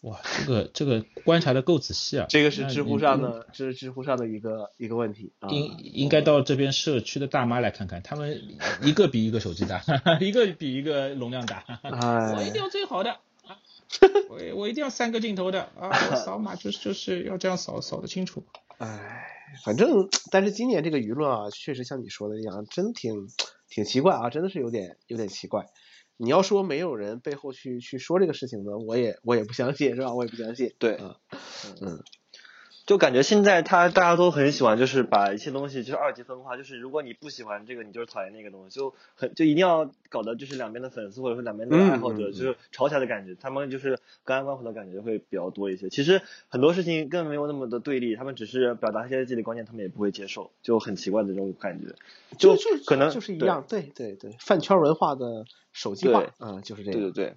Speaker 2: 哇，这个这个观察的够仔细啊。
Speaker 1: 这个是知乎上
Speaker 2: 的。
Speaker 1: 的，这是知乎上的一个一个问题啊。
Speaker 2: 应应该到这边社区的大妈来看看，他们一个比一个手机大， (laughs) 一个比一个容量大。 (laughs)
Speaker 1: 哎
Speaker 2: 我一定要最好的，
Speaker 1: (laughs)
Speaker 2: 啊我我一定要三个镜头的啊！我扫码就是就是要这样扫，扫的清楚。
Speaker 1: 哎，反正，但是今年这个舆论啊，确实像你说的一样，真挺挺奇怪啊，真的是有点有点奇怪。你要说没有人背后去去说这个事情呢，我也我也不相信，是吧？我也不相信。
Speaker 3: 对
Speaker 1: 啊，嗯，
Speaker 3: 就感觉现在他大家都很喜欢，就是把一些东西就是二级分化，就是如果你不喜欢这个，你就是讨厌那个东西，就很就一定要搞得就是两边的粉丝或者说两边的爱好
Speaker 1: 嗯嗯
Speaker 3: 者、
Speaker 1: 嗯
Speaker 3: 就是吵起来的感觉，他们就是隔岸观火的感觉会比较多一些。其实很多事情根本没有那么的对立，他们只是表达一些自己的观点，他们也不会接受，就很奇怪的这种感觉。
Speaker 1: 就
Speaker 3: 就可能
Speaker 1: 就是一
Speaker 3: 对
Speaker 1: 样，对对对，饭圈文化的手机化
Speaker 3: 对，
Speaker 1: 嗯，就是这
Speaker 3: 对对
Speaker 1: 样。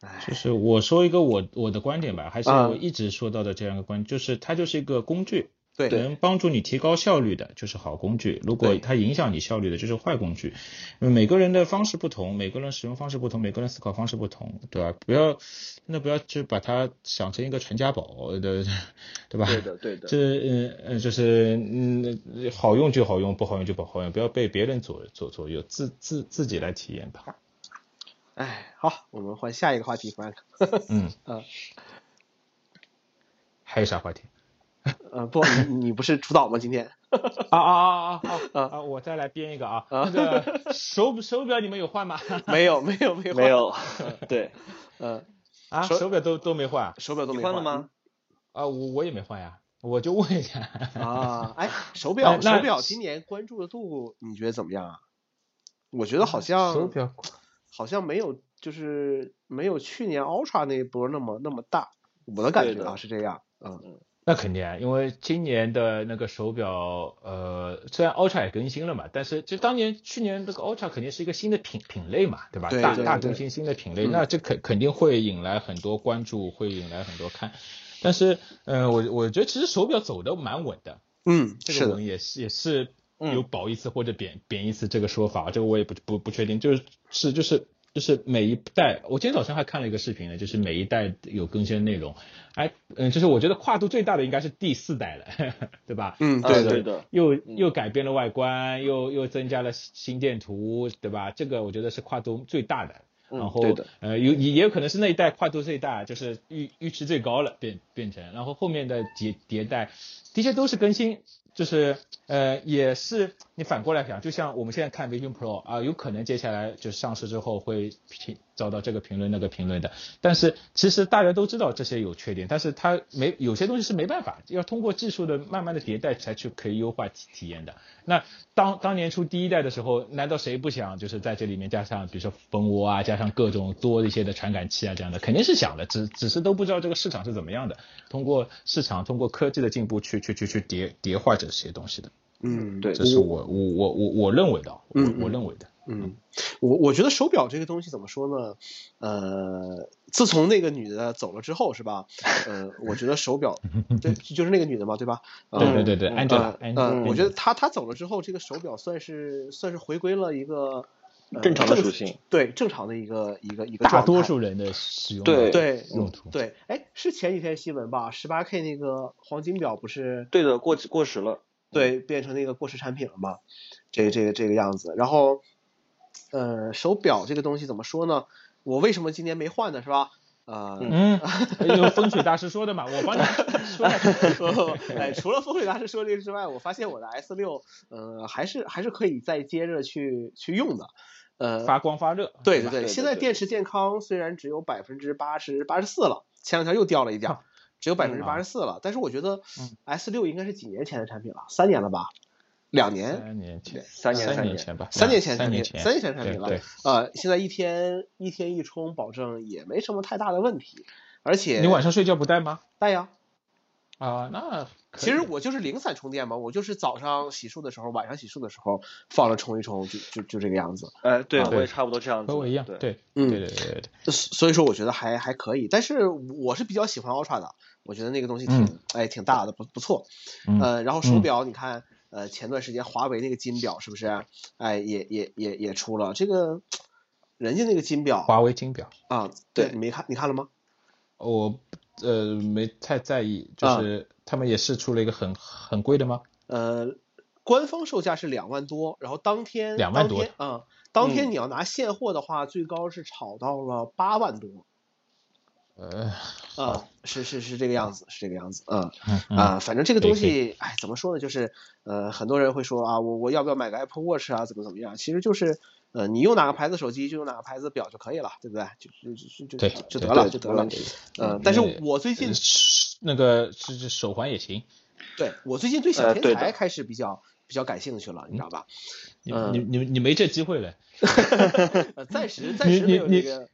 Speaker 1: 哎
Speaker 3: 对，
Speaker 2: 就是我说一个我我的观点吧，还是
Speaker 1: 啊
Speaker 2: 我一直说到的这样一个观点，就是它就是一个工具，
Speaker 1: 对
Speaker 2: 能帮助你提高效率的就是好工具，如果
Speaker 1: 对
Speaker 2: 它影响你效率的就是坏工具。因为每个人的方式不同，每个人使用方式不同，每个人思考方式不同，对吧？不要那不要去把它想成一个传家宝的，对吧？
Speaker 3: 对的对的
Speaker 2: 这嗯嗯，就是嗯，好用就好用，不好用就不好用，不要被别人左左左右，自自自己来体验它。
Speaker 1: 哎，好，我们换下一个话题，Frank。
Speaker 2: 嗯
Speaker 1: 啊
Speaker 2: 还有啥话题？
Speaker 1: 呃，不，你你不是主导吗？今天？ (laughs)
Speaker 2: 啊啊啊啊
Speaker 1: 啊
Speaker 2: 啊啊！我再来编一个啊，
Speaker 1: 啊
Speaker 2: 那个手手表你们有换吗？
Speaker 1: 没有，没有，没有，
Speaker 3: 没。有， (laughs) 对，
Speaker 1: 呃，
Speaker 2: 啊，
Speaker 1: 手
Speaker 2: 手表都都没换
Speaker 1: 手表都
Speaker 3: 你
Speaker 1: 没
Speaker 3: 换了？吗？
Speaker 2: 啊，我我也没换呀，我就问一下。
Speaker 1: 啊，哎，手表，
Speaker 2: 哎那
Speaker 1: 手表今年关注的度你觉得怎么样啊？我觉得
Speaker 3: 啊
Speaker 1: 好
Speaker 2: 手
Speaker 1: 像
Speaker 2: 表
Speaker 1: 好像没有，就是没有去年 Ultra 那一波那么那么大，我的感
Speaker 3: 对
Speaker 1: 觉啊
Speaker 3: 的
Speaker 1: 是这样，嗯
Speaker 2: 那肯定啊，因为今年的那个手表，呃，虽然 Ultra 也更新了嘛，但是就当年去年这个 Ultra 肯定是一个新的品品类嘛，对吧？
Speaker 1: 对
Speaker 2: 大
Speaker 1: 对
Speaker 2: 大
Speaker 1: 对
Speaker 2: 更新新的品类，
Speaker 1: 嗯
Speaker 2: 那这肯肯定会引来很多关注，会引来很多看。但是，呃，我我觉得其实手表走的蛮稳的，
Speaker 1: 嗯，
Speaker 2: 这
Speaker 1: 是
Speaker 2: 个我
Speaker 1: 的，
Speaker 2: 们也是也是
Speaker 3: 嗯
Speaker 2: 有褒义词或者贬贬义词这个说法，这个我也不不不确定，就是是就是就是每一代，我今天早上还看了一个视频呢，就是每一代有更新的内容，哎，嗯，就是我觉得跨度最大的应该是第四代了， (laughs) 对吧？
Speaker 1: 嗯，
Speaker 3: 啊
Speaker 1: 对
Speaker 3: 对
Speaker 1: 的，
Speaker 3: 的，
Speaker 2: 又又改变了外观，又又增加了心电图，对吧？这个我觉得是跨度最大的。
Speaker 3: 嗯
Speaker 2: 然后、
Speaker 3: 对的
Speaker 2: 呃，有也也有可能是那一代跨度最大，就是预预期最高了，变变成，然后后面的迭迭代，的确都是更新，就是呃也是你反过来想，就像我们现在看 Vision Pro 啊、有可能接下来就上市之后会评遭到这个评论那个评论的，但是其实大家都知道这些有缺点，但是它没有些东西是没办法，要通过技术的慢慢的迭代才去可以优化体体验的。那当当年出第一代的时候，难道谁不想就是在这里面加上比如说蜂窝啊，加上各种多一些的传感器啊这样的，肯定是想的，只只是都不知道这个市场是怎么样的，通过市场通过科技的进步去去去去迭迭化这些东西的，
Speaker 1: 嗯，
Speaker 3: 对
Speaker 2: 这是我我我我我认为的，啊我
Speaker 1: 嗯嗯
Speaker 2: 我认为的，
Speaker 1: 嗯，我我觉得手表这个东西怎么说呢？呃，自从那个女的走了之后，是吧？呃，我觉得手表，嗯
Speaker 2: (laughs)
Speaker 1: 对，就是那个女的嘛，对吧？呃
Speaker 2: 对对对对
Speaker 3: 嗯
Speaker 1: 呃
Speaker 2: ，Angela，
Speaker 1: 呃，
Speaker 2: Angela，
Speaker 1: 我觉得她她走了之后，这个手表算是算是回归了一个、呃
Speaker 3: 正常的属性，
Speaker 1: 对正常的一个一个一个
Speaker 2: 大
Speaker 1: 状态
Speaker 2: 多数人的使用
Speaker 3: 对
Speaker 1: 对
Speaker 2: 用途，
Speaker 1: 对，哎，是前几天新闻吧？十八 K 那个黄金表不是
Speaker 3: 对的，过过时了，
Speaker 1: 对，变成那个过时产品了嘛，这个这个这个样子。然后，呃，手表这个东西怎么说呢？我为什么今年没换呢？是吧？呃，
Speaker 2: 嗯，有风水大师说的嘛，我帮你
Speaker 1: (laughs)
Speaker 2: 说的。
Speaker 1: 哎，除了风水大师说这个之外，我发现我的 S 六，呃，还是还是可以再接着去去用的。呃，
Speaker 2: 发光发热，
Speaker 1: 对
Speaker 2: 吧
Speaker 1: 对对，
Speaker 3: 对
Speaker 1: 现
Speaker 3: 对
Speaker 1: 在
Speaker 3: 对
Speaker 1: 电池健康虽然只有百分之八十八十四了，前两天又掉了一点儿，只有百分之八十四了。但是我觉得
Speaker 2: 啊嗯
Speaker 1: S 六应该是几年前的产品了，三年了吧？两年？
Speaker 2: 三年前，
Speaker 3: 三年
Speaker 2: 三
Speaker 3: 年
Speaker 2: 前吧，
Speaker 1: 三年前
Speaker 2: 前，
Speaker 1: 的产品，
Speaker 2: 三前，
Speaker 1: 三年前的产
Speaker 2: 对
Speaker 1: 品了
Speaker 2: 对，
Speaker 1: 呃，现在一天一天一充，保证也没什么太大的问题，而且
Speaker 2: 你晚上睡觉不戴吗？
Speaker 1: 带呀。
Speaker 2: 啊，那可以
Speaker 1: 其实我就是零散充电嘛，我就是早上洗漱的时候，晚上洗漱的时候放了充一充，就就就这个样子。
Speaker 3: 哎，对，
Speaker 2: 啊
Speaker 3: 我也差不多这样子，
Speaker 2: 和我一样，
Speaker 3: 对，
Speaker 2: 对，
Speaker 1: 嗯
Speaker 2: 对对对对对，
Speaker 1: 所所以说我觉得还还可以，但是我是比较喜欢 Ultra 的，我觉得那个东西挺、
Speaker 2: 嗯
Speaker 1: 哎挺大的，不不错。
Speaker 2: 嗯
Speaker 1: 呃，然后手
Speaker 2: 嗯
Speaker 1: 表你看，呃，前段时间华为那个金表是不是？哎，也也也也出了这个，人家那个金表
Speaker 2: 华为金表，
Speaker 1: 啊，
Speaker 3: 对
Speaker 1: 你没看你看了吗？
Speaker 2: 我呃没太在意，
Speaker 1: 啊
Speaker 2: 就是他们也是出了一个很很贵的吗？
Speaker 1: 呃，官方售价是两万多，然后当天
Speaker 2: 2万多
Speaker 1: 当天啊、当天
Speaker 3: 嗯
Speaker 1: 你要拿现货的话，最高是炒到了八万多。
Speaker 2: 呃，
Speaker 1: 啊，是是是这个样子，是这个样子，嗯
Speaker 2: 嗯嗯
Speaker 1: 啊，反正这个
Speaker 2: 可以
Speaker 1: 东
Speaker 2: 可
Speaker 1: 西，哎，怎么说呢？就是呃，很多人会说啊，我我要不要买个 Apple Watch 啊，怎么怎么样？其实就是呃，你用哪个牌子手机就用哪个牌子表就可以了，对不对？就就就
Speaker 2: 对
Speaker 1: 就就
Speaker 2: 对
Speaker 1: 得了，
Speaker 3: 对
Speaker 1: 就得
Speaker 3: 没
Speaker 1: 了
Speaker 3: 问。题
Speaker 1: 呃，但是
Speaker 2: 那
Speaker 1: 我最近
Speaker 2: 呃是那个是是手环也行，
Speaker 1: 对我最近对小
Speaker 3: 呃
Speaker 1: 天
Speaker 3: 对
Speaker 1: 才
Speaker 3: 的
Speaker 1: 开始比较比较感兴趣了，你知道吧？
Speaker 2: 你
Speaker 1: 嗯
Speaker 2: 你你你没这机会
Speaker 1: (laughs)
Speaker 2: 了。
Speaker 1: 呃，暂时暂时没
Speaker 2: 你
Speaker 1: 有
Speaker 2: 你
Speaker 1: 这个，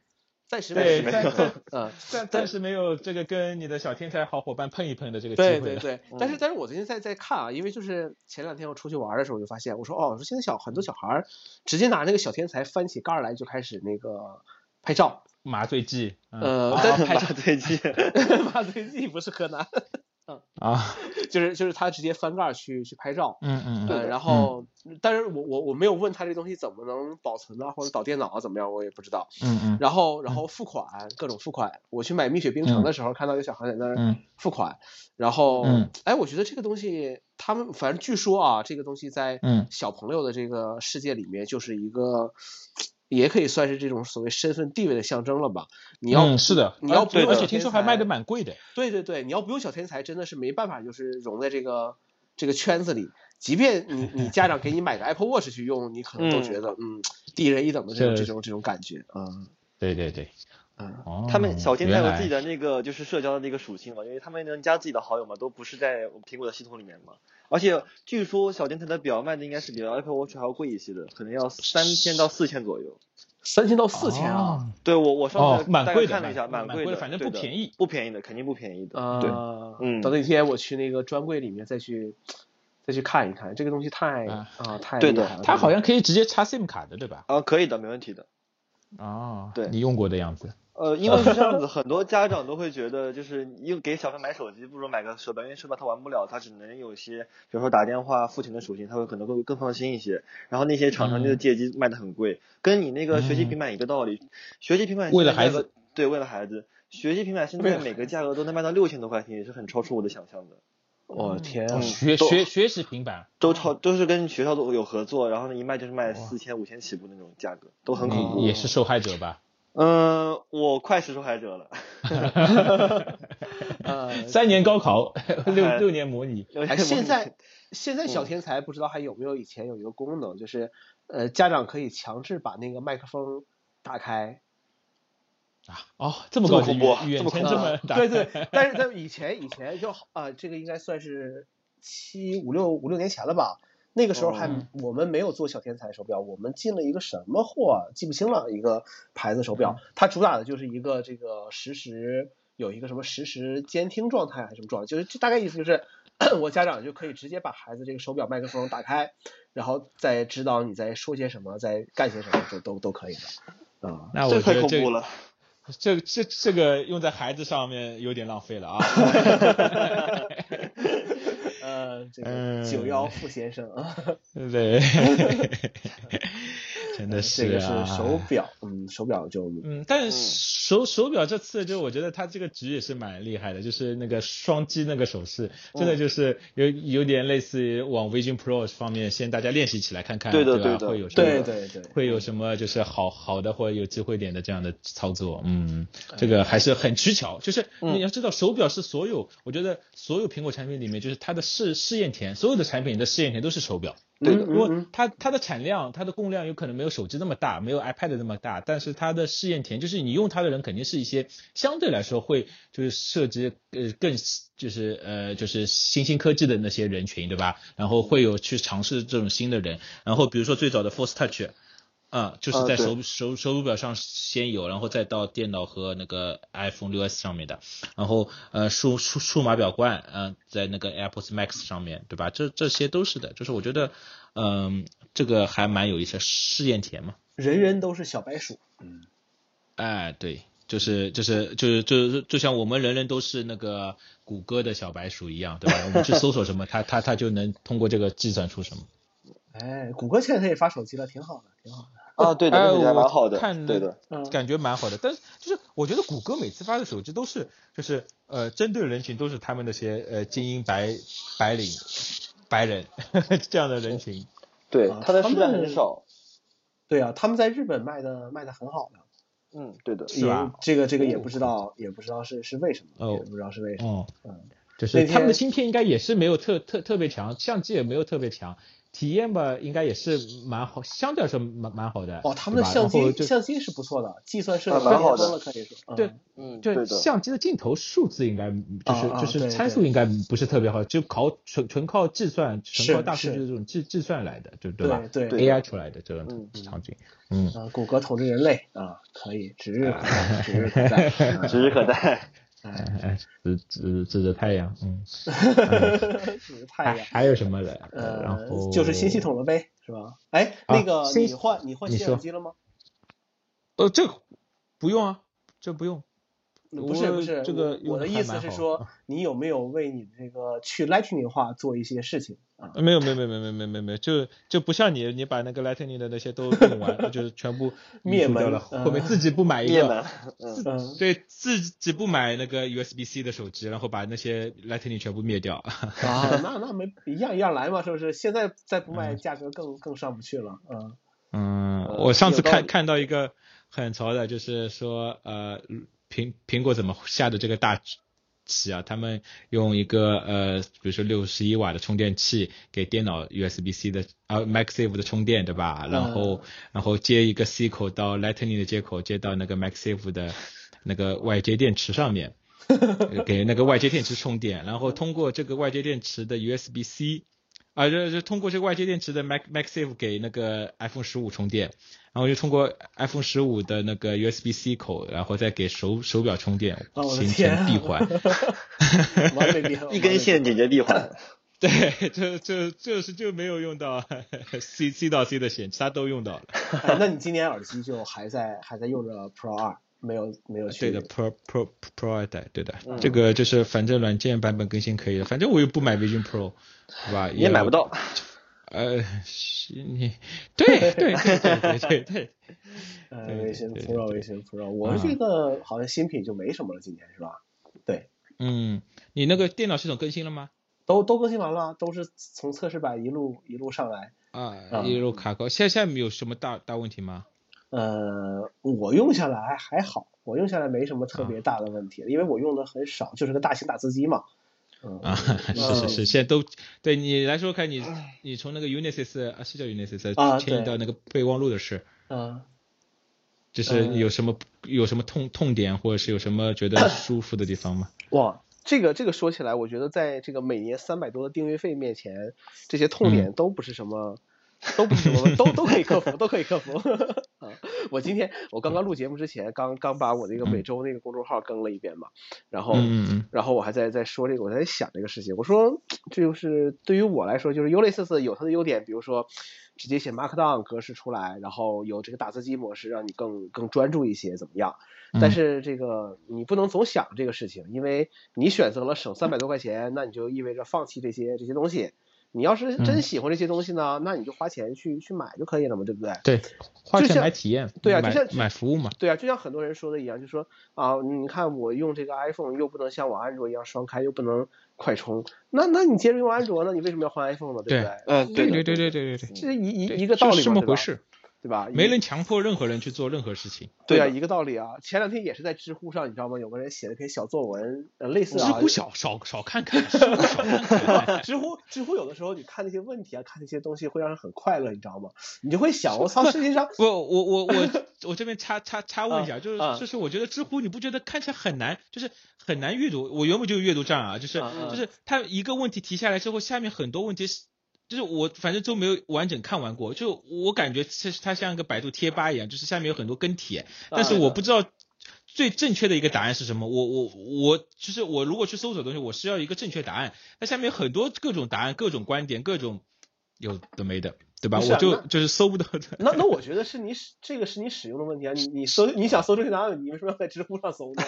Speaker 1: 暂时
Speaker 2: 对，
Speaker 1: 没有
Speaker 2: 但
Speaker 1: 这个，
Speaker 2: 但
Speaker 1: 嗯。
Speaker 2: 但但是没有这个跟你的小天才好伙伴碰一碰的嗯这个机
Speaker 1: 对对
Speaker 2: 会了。
Speaker 1: 对，但是但是我最近在在看啊，因为就是前两天我出去玩的时候，我就发现，我说哦，我说现在小很多小孩儿直接拿那个小天才翻起盖儿来就开始那个拍照， (laughs)
Speaker 2: 麻醉剂，嗯
Speaker 1: 呃
Speaker 2: 啊
Speaker 1: 但 (laughs)
Speaker 2: 拍照
Speaker 3: 最近
Speaker 1: 麻醉剂不是柯南， (laughs)
Speaker 2: 啊，
Speaker 1: 就是就是他直接翻盖儿去去拍照，
Speaker 2: 嗯嗯嗯
Speaker 1: 呃，然后但是我我我没有问他这东西怎么能保存啊，或者导电脑啊怎么样，我也不知道。
Speaker 2: 嗯嗯
Speaker 1: 然后然后付款各种付款，我去买蜜雪冰城的时候看到有小孩在那儿
Speaker 2: 嗯
Speaker 1: 付款，然后
Speaker 2: 嗯
Speaker 1: 哎，我觉得这个东西他们反正据说啊，这个东西在
Speaker 2: 嗯
Speaker 1: 小朋友的这个世界里面就是一个，也可以算是这种所谓身份地位的象征了吧？你要
Speaker 2: 嗯是的，
Speaker 1: 你要
Speaker 2: 啊
Speaker 1: 不
Speaker 2: 对，
Speaker 1: 用
Speaker 2: 而
Speaker 1: 小
Speaker 2: 且听
Speaker 1: 天
Speaker 2: 说还卖的
Speaker 1: 才
Speaker 2: 蛮贵的。
Speaker 1: 对对对，你要不用小天才，真的是没办法，就是融在这个这个圈子里。即便你
Speaker 2: (laughs)
Speaker 1: 你家长给你买个 Apple Watch 去用，你可能都
Speaker 3: 嗯
Speaker 1: 觉得嗯低人一等的这种
Speaker 2: 是
Speaker 1: 这种这种感觉啊
Speaker 2: 对对对，
Speaker 1: 嗯
Speaker 2: (laughs) 哦，
Speaker 3: 他们小天才
Speaker 2: 原
Speaker 3: 有
Speaker 2: 来
Speaker 3: 自己的那个就是社交的那个属性嘛，因为他们能加自己的好友嘛，都不是在苹果的系统里面嘛。而且据说小天才的表卖的应该是比 Apple Watch 还要贵一些的，可能要三千到四千左右。
Speaker 1: 三千到四千啊，
Speaker 2: 哦，
Speaker 3: 对我我上
Speaker 2: 哦
Speaker 3: 次
Speaker 2: 蛮
Speaker 3: 大
Speaker 2: 贵的
Speaker 3: 概看了一下，
Speaker 2: 蛮
Speaker 3: 蛮
Speaker 2: 蛮
Speaker 3: 贵
Speaker 2: 贵
Speaker 3: 的，
Speaker 2: 的反正
Speaker 3: 对
Speaker 2: 不
Speaker 3: 的
Speaker 2: 便宜
Speaker 3: 不便宜的，肯定不便宜的。
Speaker 1: 啊，
Speaker 2: 对
Speaker 3: 嗯
Speaker 1: 等那天我去那个专柜里面再去再去看一看，这个东西太
Speaker 2: 啊
Speaker 1: 啊、太
Speaker 3: 对
Speaker 1: 厉
Speaker 3: 的
Speaker 1: 害了
Speaker 2: 它好像可以直接插 SIM 卡的，对吧？
Speaker 3: 啊，可以的，没问题的。
Speaker 2: 哦，
Speaker 3: 对
Speaker 2: 你用过的样子。
Speaker 3: 呃，因为是这样子，很多家长都会觉得，就是用给小朋友买手机，不如买个手表，因为手表他玩不了，他只能有一些，比如说打电话、付钱的属性，他会可能会更放心一些。然后那些厂商就
Speaker 2: 嗯
Speaker 3: 借机卖的很贵，跟你那个学习
Speaker 2: 嗯
Speaker 3: 平板一个道理。学习平板
Speaker 2: 为了
Speaker 3: 现在
Speaker 2: 孩
Speaker 3: 价格
Speaker 2: 子，
Speaker 3: 对，为了孩子，学习平板现在每个价格都能卖到六千多块钱，也是很超出我的想象的。
Speaker 1: 我天啊
Speaker 2: 哦学
Speaker 3: 嗯都
Speaker 2: 学学习平板，
Speaker 3: 都超都是跟学校都有合作，然后呢一卖就是卖四千五千起步那种价格，都很恐
Speaker 2: 你
Speaker 3: 怖。
Speaker 2: 也是受害者
Speaker 3: (laughs)
Speaker 2: 吧？
Speaker 3: 嗯、我快是受害者了。
Speaker 1: 呃，
Speaker 2: (laughs) 三年高
Speaker 3: (laughs)
Speaker 2: 考，六六年模拟。
Speaker 1: 哎，现在现在小
Speaker 3: 嗯
Speaker 1: 天才不知道还有没有以前有一个功能，就是呃，家长可以强制把那个麦克风打开。
Speaker 2: 啊，哦，这么
Speaker 3: 这么
Speaker 2: 高级，
Speaker 3: 恐怖啊
Speaker 2: 远远
Speaker 3: 这么
Speaker 2: 程
Speaker 3: 恐
Speaker 2: (laughs) 这
Speaker 3: 怖
Speaker 2: 么
Speaker 1: 呃
Speaker 2: 打，
Speaker 1: 对对，但是在以前以前就好啊、这个应该算是七五六五六年前了吧。那个时候还、
Speaker 2: 嗯
Speaker 1: 我们没有做小天才手表，我们进了一个什么货啊记不清了，一个牌子手表，
Speaker 2: 嗯
Speaker 1: 它主打的就是一个这个实时有一个什么实时监听状态还是什么状态，就是这大概意思就是 (coughs) 我家长就可以直接把孩子这个手表麦克风打开，然后再指导你在说些什么，在干些什么，都都都可以的啊。
Speaker 2: (laughs) 那
Speaker 3: 这
Speaker 2: 我觉
Speaker 3: 太
Speaker 2: 得
Speaker 3: 恐
Speaker 2: 这
Speaker 3: 怖了。
Speaker 2: 这这这个用在孩子上面有点浪费了啊。
Speaker 3: (laughs)
Speaker 2: (laughs)
Speaker 1: 呃，这
Speaker 2: 嗯
Speaker 1: 个九幺傅先生啊，
Speaker 2: 对， (laughs) 真
Speaker 3: 哎
Speaker 1: 这
Speaker 2: 的是
Speaker 1: 个
Speaker 2: 啊。
Speaker 1: 是手表，嗯，手表就
Speaker 2: 嗯，但
Speaker 3: 嗯
Speaker 2: 手手表这次就我觉得它这个局也是蛮厉害的，就是那个双击那个手势，真
Speaker 3: 嗯
Speaker 2: 的就是有有点类似于往 Vision Pro 方面，先大家练习起来看看，
Speaker 3: 对的
Speaker 2: 吧？
Speaker 3: 对的
Speaker 2: 会有什么
Speaker 1: 对对对，
Speaker 2: 会有什么就是好好的或者有机会点的这样的操作，嗯，这个还是很取巧。就是
Speaker 3: 哎嗯
Speaker 2: 你要知道，手表是所有，我觉得所有苹果产品里面，就是它的试试验田，所有的产品的试验田都是手表。
Speaker 3: 对的
Speaker 1: 嗯
Speaker 2: 因为
Speaker 1: 嗯
Speaker 2: 它它的产量、它的供量有可能没有手机那么大，没有 iPad 那么大，但是它的试验田就是你用它的人肯定是一些相对来说会就是涉及呃更就是呃就是新兴科技的那些人群，对吧？然后会有去尝试这种新的人，然后比如说最早的 Force Touch。啊、就是
Speaker 3: 啊
Speaker 2: 在
Speaker 3: 对
Speaker 2: 手、手手表上先有，然后再到电脑和那个 iPhone 6s 上面的，然后呃数数数码表冠，嗯、在那个 AirPods Max 上面，对吧？这这些都是的，就是我觉得，嗯、这个还蛮有意思，试验田嘛。
Speaker 1: 人人都是小白鼠，
Speaker 2: 哎，对，就是就是就是就是就像我们人人都是那个谷歌的小白鼠一样，对吧？我们去搜索什么，它它它就能通过这个计算出什么。
Speaker 1: 哎，谷歌现在也发手机了，挺好的，挺好的，
Speaker 3: 啊，对
Speaker 2: (laughs)
Speaker 3: 的，
Speaker 2: 哎
Speaker 3: 那个还蛮
Speaker 2: 我
Speaker 3: 好的，
Speaker 2: 看
Speaker 3: 对的。
Speaker 1: 嗯
Speaker 2: 感觉蛮好的。但是就是我觉得谷歌每次发的手机都是就是呃针对人群都是他们那些呃精英白白领白人 (laughs) 这样的人群。
Speaker 3: 对
Speaker 1: 啊
Speaker 3: 它的
Speaker 1: 他
Speaker 3: 数量
Speaker 1: 们
Speaker 3: 很少。
Speaker 1: 对啊，他们在日本卖的卖的很好的，
Speaker 3: 嗯，对的，
Speaker 2: 是吧
Speaker 1: 也这个这个也不知道，也不知道是是为什么，
Speaker 2: 哦
Speaker 1: 也不知道是为什么。
Speaker 2: 哦，
Speaker 1: 嗯
Speaker 2: 就是
Speaker 1: 那
Speaker 2: 他们
Speaker 1: 天
Speaker 2: 的芯片应该也是没有特特特别强，相机也没有特别强，体验吧应该也是蛮好，相对来说蛮蛮好的。
Speaker 1: 哦，他们的
Speaker 2: 对吧
Speaker 1: 相
Speaker 2: 然后
Speaker 1: 机
Speaker 2: 就
Speaker 1: 相机是不错的，计算设备
Speaker 3: 啊蛮好
Speaker 1: 巅
Speaker 3: 的
Speaker 1: 峰了，可以说。
Speaker 2: 对
Speaker 1: 嗯，
Speaker 3: 嗯，对
Speaker 2: 就
Speaker 3: 的，
Speaker 2: 相机的镜头数字应该就是
Speaker 1: 啊啊
Speaker 2: 就是
Speaker 1: 对
Speaker 2: 参数
Speaker 1: 对
Speaker 2: 应该不是特别好，就靠纯纯靠计算，
Speaker 1: 是
Speaker 2: 纯靠大数据
Speaker 1: 是
Speaker 2: 这种计计算来的，对对吧
Speaker 1: 对对
Speaker 3: 对的
Speaker 2: AI 出来的这种
Speaker 1: 嗯
Speaker 2: 场景，嗯，
Speaker 1: 啊，谷歌统治人类啊，可以，指日可 (laughs) 待，指日可待。啊
Speaker 3: 指日可待。
Speaker 2: (laughs)
Speaker 1: 哎
Speaker 2: 哎哎，指指指着太阳，嗯，
Speaker 1: (laughs) 指日太
Speaker 2: 还
Speaker 1: 阳。
Speaker 2: 还有什么的？然
Speaker 1: 呃
Speaker 2: 后，
Speaker 1: 就是新系统了呗，是吧？哎，
Speaker 2: 啊
Speaker 1: 那个
Speaker 2: 新
Speaker 1: 你换你换
Speaker 2: 你
Speaker 1: 新耳
Speaker 2: 说
Speaker 1: 机了吗？
Speaker 2: 呃，这个不用啊，这不用。
Speaker 1: 不是
Speaker 2: 我
Speaker 1: 不是，
Speaker 2: 这个
Speaker 1: 我
Speaker 2: 用
Speaker 1: 我的
Speaker 2: 得
Speaker 1: 意
Speaker 2: 还
Speaker 1: 思
Speaker 2: 蛮
Speaker 1: 是
Speaker 2: 好
Speaker 1: 说，你有没有为你这个去 Lightning 化做一些事情啊？
Speaker 2: 没有没有没有没有没有没有没有，就就不像你，你把那个 Lightning 的那些都用完，就是全部
Speaker 1: 灭
Speaker 2: 移除掉
Speaker 1: 门
Speaker 2: 了，
Speaker 1: 嗯
Speaker 2: 后面自己不买一
Speaker 3: 灭
Speaker 2: 个，
Speaker 3: 门，嗯，
Speaker 1: 嗯，
Speaker 2: 对自己不买那个 USB-C 的手机，然后把那些 Lightning 全部灭掉。
Speaker 1: 啊，那那没一样一样来嘛，是不是？现在再不卖，
Speaker 2: 嗯
Speaker 1: 价格更更上不去了。
Speaker 2: (laughs)
Speaker 1: 嗯，
Speaker 2: 嗯，
Speaker 3: 呃
Speaker 2: 我上次
Speaker 3: 有道
Speaker 2: 看
Speaker 3: 理
Speaker 2: 看到一个很潮的，就是说呃，苹苹果怎么下的这个大棋啊？他们用一个呃，比如说六十一瓦的充电器给电脑 USB-C 的啊、MagSafe 的充电，对吧？然后、
Speaker 3: 嗯
Speaker 2: 然后接一个 C 口到 Lightning 的接口，接到那个 MagSafe 的那个外接电池上面，呃 (laughs) 给那个外接电池充电，然后通过这个外接电池的 USB-C。啊，就就通过这个外接电池的 Mac MacSafe 给那个 iPhone 十五充电，然后就通过 iPhone 十五的那个 USB-C 口，然后再给手手表充电，
Speaker 1: 啊我的
Speaker 2: 形
Speaker 1: 天啊
Speaker 2: 成闭
Speaker 1: (laughs)
Speaker 2: 环。
Speaker 1: 完美闭合，
Speaker 3: 一根线解决闭环。
Speaker 2: 对，这这这是就没有用到 C C 到 C 的线，其他都用到了。
Speaker 1: 完美闭合。哎那你今年耳机就还在还在用着 Pro 二，没有没有去
Speaker 2: 对的，Pro Pro Pro 二代，对的，
Speaker 3: 嗯
Speaker 2: 这个就是反正软件版本更新可以了，反正我又不买 Vision Pro，对吧？
Speaker 3: 也买不
Speaker 2: (laughs)
Speaker 3: 到。
Speaker 2: 呃，是你对对对对对对
Speaker 1: 呃
Speaker 2: 对对
Speaker 1: 微信
Speaker 2: 对
Speaker 1: Pro 微信 Pro，我这个好像新品就没什么了，今年是吧？对，
Speaker 2: 嗯，你那个电脑系统更新了吗？
Speaker 1: 都都更新完了，都是从测试版一路一路上来。
Speaker 2: 啊，
Speaker 1: 嗯
Speaker 2: 一路卡扣，现在现在有什么大大问题吗？
Speaker 1: 呃，我用下来还好，我用下来没什么特别大的问题，因为我用的很少，就是个大型打字机嘛。嗯
Speaker 2: 啊， (laughs) 是是是，现在都对你来说看你你从那个 Unisys 啊是叫 Unisys
Speaker 1: 啊
Speaker 2: 迁移
Speaker 1: 对
Speaker 2: 到那个备忘录的事，
Speaker 1: 嗯
Speaker 2: 就是
Speaker 1: 嗯
Speaker 2: 有什么有什么痛痛点，或者是有什么
Speaker 1: (coughs)
Speaker 2: 觉得舒服的地方吗？
Speaker 1: 哇，这个这个说起来，我觉得在这个每年三百多的订阅费面前，这些痛点都不是什么，都不是什么，都都可以克服，都可以克服。啊，我今天我刚刚录节目之前，刚刚把我那个每周那个公众号更了一遍嘛，然后。
Speaker 2: 嗯嗯嗯。
Speaker 1: 然后我还在在说这个，我在想这个事情。我说，这就是对于我来说，就是 Ulysses 有它的优点，比如说直接写 Markdown 格式出来，然后有这个打字机模式，让你更更专注一些，怎么样？但
Speaker 2: 嗯
Speaker 1: 是这个你不能总想这个事情，因为你选择了省三百多块钱，那你就意味着放弃这些这些东西。你要是真
Speaker 2: 嗯
Speaker 1: 喜欢这些东西呢，那你就花钱去去买就可以了嘛，对不对？
Speaker 2: 对，花
Speaker 1: 就
Speaker 2: 钱
Speaker 1: 像
Speaker 2: 买体验，
Speaker 1: 对啊就
Speaker 2: 买
Speaker 1: 像
Speaker 2: 买服务嘛。
Speaker 1: 对啊，就像很多人说的一样，就说啊，你看我用这个 iPhone 又不能像我安卓一样双开，又不能快充，那那你接着用安卓呢，你为什么要换 iPhone 呢？对不
Speaker 2: 对
Speaker 3: 嗯，
Speaker 2: 对对
Speaker 3: 的
Speaker 2: 对
Speaker 3: 的
Speaker 2: 对对对
Speaker 1: 这是一一
Speaker 2: 对，
Speaker 1: 一个道理
Speaker 2: 是
Speaker 1: 嘛，
Speaker 2: 这么
Speaker 1: 对吧
Speaker 2: 回，事，
Speaker 1: 对吧？
Speaker 2: 没
Speaker 1: 一
Speaker 2: 人强迫任何人去做任何事情。
Speaker 1: 对啊，
Speaker 3: 对的
Speaker 1: 一个道理啊。前两天也是在知乎上，你知道吗？有个人写了篇小作文，呃，类似
Speaker 2: 知
Speaker 1: 啊，
Speaker 2: 乎小少少看看， (laughs) 知乎少看
Speaker 1: (laughs)
Speaker 2: 看。(laughs)
Speaker 1: 知乎知乎有的时候你看那些问题啊，看那些东西会让人很快乐，你知道吗？你就会想，我操，世界上
Speaker 2: 不，我我我我这边插插插问一下，就是
Speaker 1: 啊
Speaker 2: 就是我觉得知乎你不觉得看起来很难，就是很难阅读？我原本就有阅读障碍啊，就是
Speaker 1: 啊啊
Speaker 2: 就是它一个问题提下来之后，下面很多问题是。就是我反正都没有完整看完过，就我感觉其实它像个百度贴吧一样，就是下面有很多跟帖， (laughs) 但是
Speaker 1: 啊对
Speaker 2: 我
Speaker 1: 的
Speaker 2: 不知道最正确的一个答案是什么。我我我就是我如果去搜索东西，我是要一个正确答案，那下面有很多各种答案、各种观点、各种有的没的，对吧？
Speaker 1: 不是
Speaker 2: 我
Speaker 1: 啊
Speaker 2: 就
Speaker 1: 那
Speaker 2: 就是搜不到的。 (laughs)
Speaker 1: 那那我觉得是你使这个是你使用的问题啊，你你搜你想搜这些答案，你为什么要在知乎上搜呢？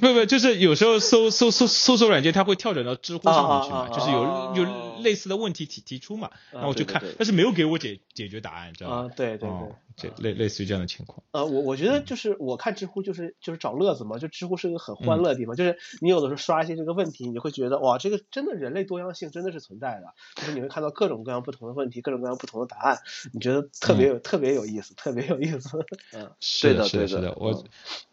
Speaker 2: 不不，就是有时候搜搜搜搜索软件，它会跳转到知乎上面去嘛，
Speaker 1: 啊啊啊
Speaker 2: 就是
Speaker 3: 啊
Speaker 2: 有
Speaker 1: 啊
Speaker 2: 有类似的问题提提出嘛，然后我
Speaker 3: 对
Speaker 2: 就
Speaker 3: 对
Speaker 2: 看
Speaker 3: 对，
Speaker 2: 但是没有给我解解决答案，知道吧？
Speaker 1: 啊，对对对
Speaker 2: 哦，这类类似于这样的情况。
Speaker 1: 呃，我我觉
Speaker 3: 嗯
Speaker 1: 得就是我看知乎就是就是找乐子嘛，就知乎是个很欢乐的地方，就是你有的时候刷一些这个问题，你会觉得哇，这个真的人类多样性真的是存在的，就是你会看到各种各样不同的问题，各种各样不同的答案，你觉得特别有、
Speaker 3: 嗯
Speaker 1: 特别有意思，特别有意思。嗯，
Speaker 2: 是
Speaker 3: 对的
Speaker 2: 是的，
Speaker 3: 对
Speaker 2: 是
Speaker 3: 的
Speaker 2: 的，我
Speaker 3: 嗯。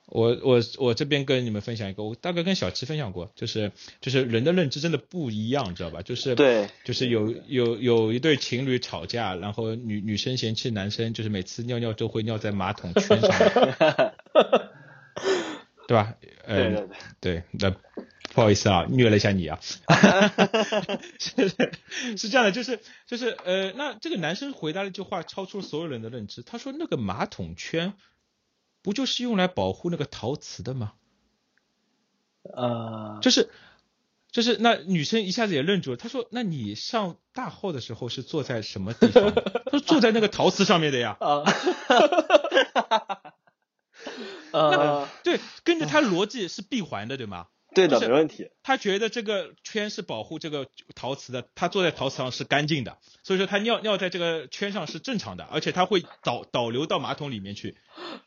Speaker 2: 我我我这边跟你们分享一个，我大概跟小七分享过，就是就是人的认知真的不一样，知道吧？就是
Speaker 3: 对，
Speaker 2: 就是有有有一对情侣吵架，然后女女生嫌弃男生，就是每次尿尿都会尿在马桶圈上
Speaker 3: (laughs)
Speaker 2: 面，对吧？嗯、
Speaker 3: 对对对，
Speaker 2: 对，那不好意思啊，虐了一下你啊， (laughs) 是是这样的，就是就是呃，那这个男生回答了一句话，超出了所有人的认知。他说那个马桶圈不就是用来保护那个陶瓷的吗？
Speaker 1: 呃，
Speaker 2: 就是就是那女生一下子也愣住了，她说那你上大号的时候是坐在什么地方的？她说坐在那个陶瓷上面的呀。
Speaker 3: (laughs)
Speaker 1: 啊，呃，
Speaker 2: 对，跟着他逻辑是闭环的，对吗？
Speaker 3: 对的，
Speaker 2: 就是
Speaker 3: 没问题。
Speaker 2: 他觉得这个圈是保护这个陶瓷的，他坐在陶瓷上是干净的，所以说他尿尿在这个圈上是正常的，而且他会导导流到马桶里面去。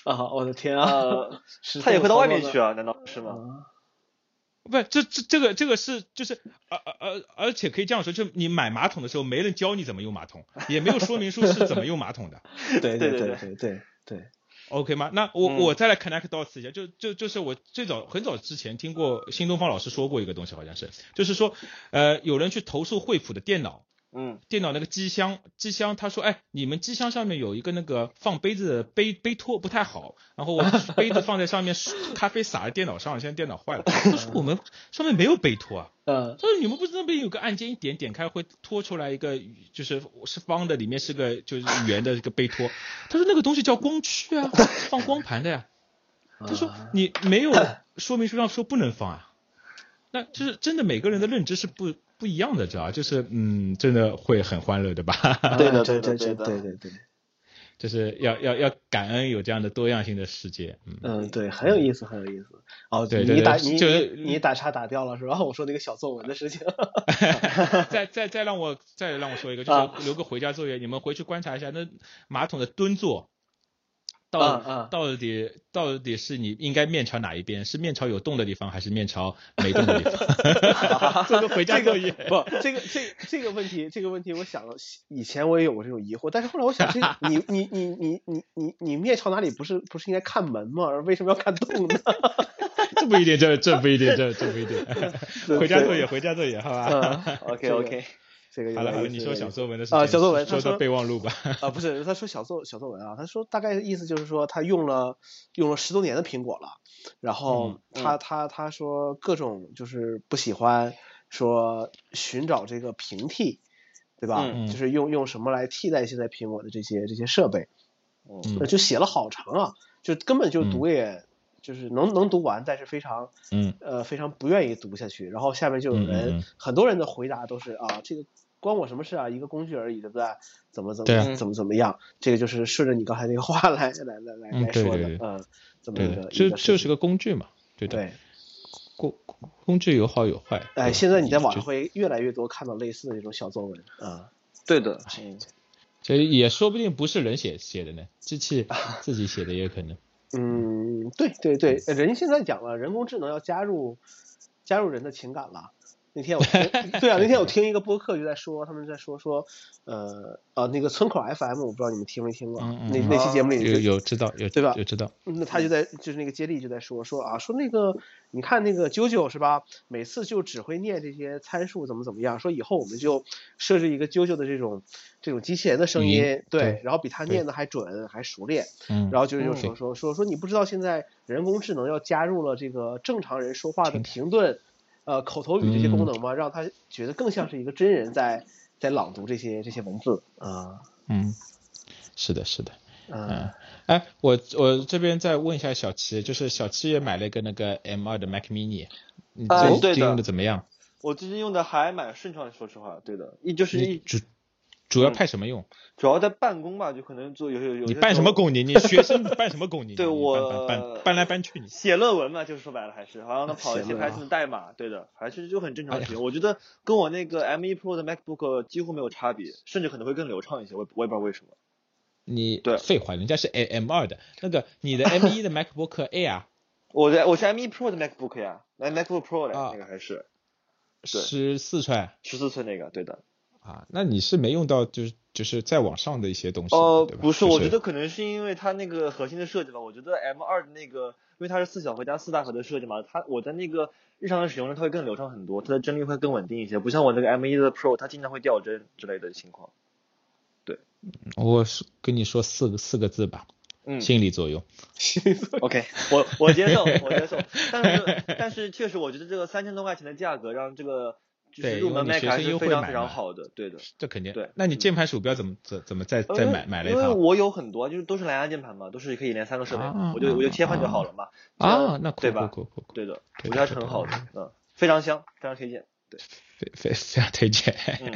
Speaker 1: 啊，我的天啊，
Speaker 3: 呃，
Speaker 1: 实
Speaker 3: 他也
Speaker 1: 在
Speaker 3: 会到
Speaker 1: 糟
Speaker 3: 外
Speaker 1: 糕
Speaker 3: 面
Speaker 1: 了
Speaker 3: 去啊？难道不是吗？
Speaker 1: 啊
Speaker 2: 不，这这这个这个是就是，而而而而且可以这样说，就你买马桶的时候，没人教你怎么用马桶，也没有说明书是怎么用马桶的。
Speaker 1: 对对
Speaker 3: 对
Speaker 1: 对
Speaker 3: 对
Speaker 1: 对对对，
Speaker 2: OK 吗？那我、
Speaker 3: 嗯
Speaker 2: 我再来 connect dots 一下，就就就是我最早很早之前听过新东方老师说过一个东西，好像是，就是说，呃，有人去投诉惠普的电脑，
Speaker 3: 嗯，
Speaker 2: 电脑那个机箱，机箱他说，哎，你们机箱上面有一个那个放杯子的杯杯托不太好，然后我杯子放在上面，咖啡洒在电脑上，现在电脑坏了。他说我们上面没有杯托啊，
Speaker 1: 呃
Speaker 2: 他说你们不知道那边有个按键，一点点开会拖出来一个就是是方的，里面是个就是圆的一个杯托。他说那个东西叫光驱啊，放光盘的呀、他说
Speaker 1: 啊
Speaker 2: 你没有说明书上说不能放啊，那就是真的每个人的认知是不不一样的，知道吧就是嗯，真的会很欢乐，对吧？ (laughs)
Speaker 1: 啊
Speaker 3: 对的
Speaker 1: 对
Speaker 3: 对的
Speaker 1: 对
Speaker 3: 对的
Speaker 1: 对对对，
Speaker 2: 就是要要要感恩有这样的多样性的世界，嗯，
Speaker 1: (laughs) 嗯，对，很有意思，很有意思。哦，
Speaker 2: 对对
Speaker 1: 你
Speaker 2: 对
Speaker 1: 打你
Speaker 2: 就
Speaker 1: 你你打岔打掉了是吧？我说那个小作文的事情。
Speaker 2: 再再再让我再让我说一个，
Speaker 1: 啊
Speaker 2: 就是留个回家作业，你们回去观察一下那马桶的蹲坐，到、
Speaker 1: 啊啊
Speaker 2: 到底到底是你应该面朝哪一边？是面朝有洞的地方，还是面朝没洞的地方？ (laughs) 做个回家
Speaker 1: (laughs) 这个
Speaker 2: 作业。
Speaker 1: 不，这个这这个问题，这个问题，我想了，以前我也有过这种疑惑，但是后来我想，
Speaker 2: (laughs)
Speaker 1: 这你你你你你你你面朝哪里不是不是应该看门吗？而为什么要看洞
Speaker 2: (laughs)
Speaker 1: 呢？
Speaker 2: 这不一定，这这不一定，这这不一
Speaker 1: (laughs)
Speaker 2: 定。 (laughs) 回家作业，回家作业，好吧。
Speaker 1: 嗯
Speaker 3: OK OK，
Speaker 1: 这个有
Speaker 2: 好了
Speaker 1: 点
Speaker 2: 好了，
Speaker 1: 意
Speaker 2: 你
Speaker 1: 思
Speaker 2: 说
Speaker 1: 有点
Speaker 2: 小
Speaker 1: 意思
Speaker 2: 作文的事
Speaker 1: 啊
Speaker 2: 情
Speaker 1: 小作文他
Speaker 2: 说
Speaker 1: 说
Speaker 2: 到备忘录吧。
Speaker 1: 啊，不是，他说小作小作文啊，他说大概意思就是说他用了用了十多年的苹果了，然后
Speaker 2: 嗯
Speaker 1: 他、他他说各种就是不喜欢，说寻找这个平替，对吧？
Speaker 3: 嗯
Speaker 1: 就是用用什么来替代现在苹果的这些这些设备，
Speaker 2: 嗯
Speaker 1: 呃就写了好长啊，就根本就读也、就是能能读完，但是非常
Speaker 2: (laughs) 嗯
Speaker 1: 呃非常不愿意读下去。然后下面就有人、
Speaker 2: 嗯嗯嗯
Speaker 1: 很多人的回答都是啊，这个关我什么事啊，一个工具而已，对不对？怎么怎
Speaker 2: 对
Speaker 1: 么、
Speaker 2: 啊
Speaker 1: 怎么怎么样？这个就是顺着你刚才那个话来来来来
Speaker 2: 嗯
Speaker 1: 来 (laughs)
Speaker 2: 对
Speaker 1: 说
Speaker 2: 对
Speaker 1: 的，
Speaker 2: 对
Speaker 1: 嗯，这么
Speaker 2: 对
Speaker 1: 一个
Speaker 2: 的，
Speaker 1: 一
Speaker 2: 就
Speaker 1: 个事
Speaker 2: 就是
Speaker 1: 情
Speaker 2: 个工具嘛，对的，
Speaker 1: 对。
Speaker 2: 工工具有好有坏。
Speaker 1: 哎，
Speaker 2: 对
Speaker 1: 现在你在网
Speaker 2: 就
Speaker 1: 上会越来越多看到类似的这种小作文啊，
Speaker 3: 对的，嗯
Speaker 2: 这也说不定不是人写写的呢，
Speaker 1: (laughs)
Speaker 2: 机器自己写的也有可能。
Speaker 1: 嗯，对对对，呃人现在讲了，人工智能要加入加入人的情感了。那天我听，
Speaker 2: (laughs)
Speaker 1: 对啊，那天我听一个播客就在说，他们在说说，呃呃，那个村口 FM，我不知道你们听没听过，
Speaker 2: 嗯嗯
Speaker 1: 那
Speaker 2: 嗯
Speaker 1: 那期节目里就
Speaker 2: 有有知道有
Speaker 1: 对吧
Speaker 2: 有知道，
Speaker 1: 那他就在就是那个接力就在说说啊，说那个你看那个啾啾是吧？每次就只会念这些参数怎么怎么样，说以后我们就设置一个啾啾的这种这种机器人的声
Speaker 2: 语音
Speaker 1: 音，对，
Speaker 2: 对
Speaker 1: 然后比他
Speaker 2: 对
Speaker 1: 念的还准还熟练。
Speaker 2: 嗯，
Speaker 1: 然后啾啾就说
Speaker 2: 嗯
Speaker 1: 说说说你不知道现在人工智能要加入了这个正常人说话的
Speaker 2: 听
Speaker 1: 停顿，呃，口头语这些功
Speaker 2: 嗯
Speaker 1: 能吗？让他觉得更像是一个真人在在朗读这些这些文字啊
Speaker 2: 嗯，是的，是的。
Speaker 1: 啊 (laughs)
Speaker 2: 哎，我我这边再问一下小七，就是小七也买了一个那个 M 2的 Mac Mini，你
Speaker 3: 啊
Speaker 2: 最
Speaker 3: 对的
Speaker 2: 近用的怎么样？
Speaker 3: 我最近用的还蛮顺畅，说实话，对的，一就是
Speaker 2: 你
Speaker 3: 一
Speaker 2: 主主
Speaker 1: 嗯
Speaker 2: 要派什么用？
Speaker 3: 主要在办公吧，就可能做有有有
Speaker 2: 你
Speaker 3: 些
Speaker 2: 办
Speaker 3: 时
Speaker 2: 什么
Speaker 3: 候 (laughs)
Speaker 2: 狗泥？你学生办什么狗泥？
Speaker 3: 对
Speaker 2: 你
Speaker 3: 我呃
Speaker 2: 搬搬搬搬来搬去，你
Speaker 3: 写论文嘛，就是说白了还是好像能跑一
Speaker 1: 写
Speaker 3: 些
Speaker 1: 论文
Speaker 3: Python 的代码，对的，还是就很正
Speaker 2: 哎
Speaker 3: 常
Speaker 2: 呀
Speaker 3: 使用。我觉得跟我 E 那个 M1 Pro 的 MacBook 几乎没有差别，甚至可能会更流畅一些。我也我也不知道为什么。
Speaker 2: 你
Speaker 3: (laughs) 对
Speaker 2: 废话，人家是 M 二的，那个你的 M 一的 MacBook Air
Speaker 3: 我的我是 M1 Pro 的 MacBook 呀，那 MacBook Pro 呀，
Speaker 2: 啊
Speaker 3: 那个还是 (laughs) 对
Speaker 2: 十四寸
Speaker 3: 十四寸那个，对的。
Speaker 2: 啊，那你是没用到就是就是再往上的一些东西，
Speaker 3: 呃，
Speaker 2: 对吧
Speaker 3: 不是，
Speaker 2: 就
Speaker 3: 我觉得可能是因为它那个核心的设计吧。我觉得 M 二的那个，因为它是四小核加四大核的设计嘛，它我在那个日常的使用中，它会更流畅很多，它的帧率会更稳定一些，不像我那个 M 一的 Pro，它经常会掉帧之类的情况。
Speaker 2: 我是跟你说四个四个字吧，
Speaker 3: 嗯
Speaker 2: 心理作用。 (laughs)
Speaker 3: OK，我我接受，我接受。但是但是确实，我觉得这个三千多块钱的价格让这个就是
Speaker 2: 对
Speaker 3: 入
Speaker 2: 因为
Speaker 3: 门
Speaker 2: 你
Speaker 3: Mac
Speaker 2: 学
Speaker 3: 还
Speaker 2: 生
Speaker 3: 是
Speaker 2: 优
Speaker 3: 非
Speaker 2: 惠
Speaker 3: 常
Speaker 2: 买
Speaker 3: 非常
Speaker 2: 嘛
Speaker 3: 好的，对的。
Speaker 2: 这肯定。
Speaker 3: 对
Speaker 2: 那你键盘鼠标怎么怎怎么再再
Speaker 3: 因为
Speaker 2: 买买了一
Speaker 3: 因为
Speaker 2: 套
Speaker 3: 我有很多，就是都是蓝牙键盘嘛，都是可以连三个设备，
Speaker 2: 啊
Speaker 3: 我就我就切换就好了嘛。
Speaker 2: 啊？那
Speaker 3: 对
Speaker 2: 酷
Speaker 3: 吧
Speaker 2: 酷酷酷酷，
Speaker 3: 对的，
Speaker 2: 对
Speaker 3: 我觉
Speaker 2: 的
Speaker 3: 得还是很好的，嗯，非常香，非常推荐。
Speaker 2: 非非非常推荐。
Speaker 3: 嗯，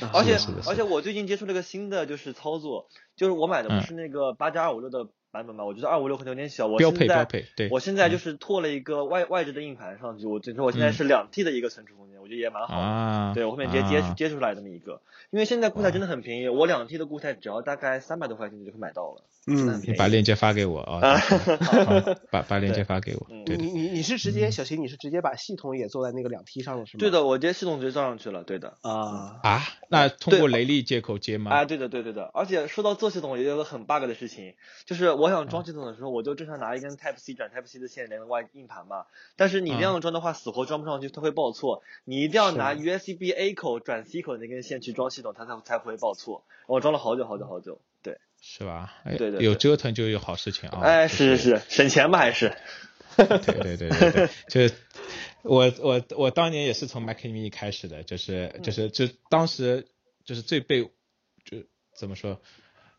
Speaker 1: 啊
Speaker 3: 而且
Speaker 2: 是的是的
Speaker 3: 而且我最近接触了个新的就是操作，就是我买的不
Speaker 2: 嗯
Speaker 3: 是那个八加二五六的版本嘛，我觉得二五六可能有点小，我
Speaker 2: 标
Speaker 3: 现
Speaker 2: 配
Speaker 3: 在
Speaker 2: 标配，对，
Speaker 3: 我现在就
Speaker 2: 嗯
Speaker 3: 是拓了一个外外置的硬盘上去，我等于说我现在
Speaker 2: 嗯
Speaker 3: 是两 T 的一个存储空间，我觉得也蛮好的。
Speaker 2: 啊，
Speaker 3: 对，我后面直接接
Speaker 2: 啊
Speaker 3: 接出来这么一个，因为现在固态真的很便宜，我两 T 的固态只要大概三百多块钱你就可以买到了。真的
Speaker 1: 嗯，
Speaker 3: 很
Speaker 2: 你
Speaker 3: 便宜
Speaker 2: 把链接发给我啊，
Speaker 3: 哎啊
Speaker 2: 到时
Speaker 3: (laughs)
Speaker 2: 候好把把链接发给我
Speaker 3: 嗯，
Speaker 1: 你
Speaker 2: 对的，
Speaker 1: 你你是直
Speaker 2: 嗯
Speaker 1: 接小秦，你是直接把系统也做在那个两 T 上了是吗？
Speaker 3: 对的，我直接系统直接装上去了，对的。
Speaker 1: 啊，
Speaker 2: 啊，那通过雷利接口接
Speaker 3: 哦啊，
Speaker 2: 吗？
Speaker 3: 对的，对对的，而且说到做系统，也有个很 bug 的事情，就是我想
Speaker 2: 嗯
Speaker 3: 装系统的时候，我就正常拿一根 Type C 转 Type C 的线连外硬盘嘛，但是你那
Speaker 2: 嗯
Speaker 3: 样装的话，死活装不上去，它会报错，你一定要拿 USB A 口转 C 口那根线去装系统，它才才不会报错。我装了好久好久好久，对，
Speaker 2: 是吧？哎
Speaker 3: 对对
Speaker 2: 有
Speaker 3: 对
Speaker 2: 折腾就有好事情啊。
Speaker 3: 哎，
Speaker 2: 就是
Speaker 3: 是是，省钱吧还是，
Speaker 2: (laughs) 对对对对对，就是我我我当年也是从 Mac Mini 开始的，就是就是就当时就是最被就怎么说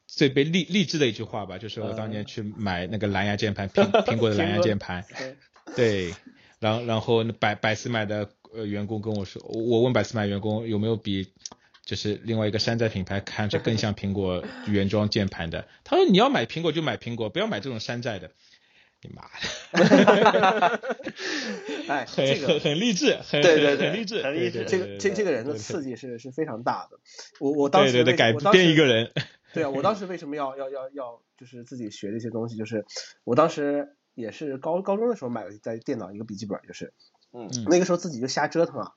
Speaker 2: 最被励励志的一句话吧，就是我当年去买那个蓝牙键盘，苹嗯 (laughs) 苹果的蓝牙键盘，对，然后然后那百百思买的呃员工跟我说，我我问百思买员工有没有比。就是另外一个山寨品牌看着更像苹果原装键盘的，他说你要买苹果就买苹果，不要买这种山寨的。你妈的！
Speaker 1: 哎，
Speaker 2: 很
Speaker 1: 这
Speaker 2: 很
Speaker 1: 个
Speaker 2: 很励志，很
Speaker 3: 对对
Speaker 2: 很
Speaker 3: 对
Speaker 2: 很励志，
Speaker 3: 很励志
Speaker 1: 这个这这个人的
Speaker 2: 刺
Speaker 1: 刺激是是非常大的。我我当
Speaker 2: 对
Speaker 1: 时
Speaker 2: 对对，
Speaker 1: 为
Speaker 2: 改
Speaker 1: 我当
Speaker 2: 变
Speaker 1: 时
Speaker 2: 一个人，
Speaker 1: (laughs) 对啊，我当时为什么要要要要就是自己学这些东西？就是我当时也是高高中的时候买了一台电脑一个笔记本，就是
Speaker 3: 嗯
Speaker 2: 嗯
Speaker 1: 那个时候自己就瞎折腾啊，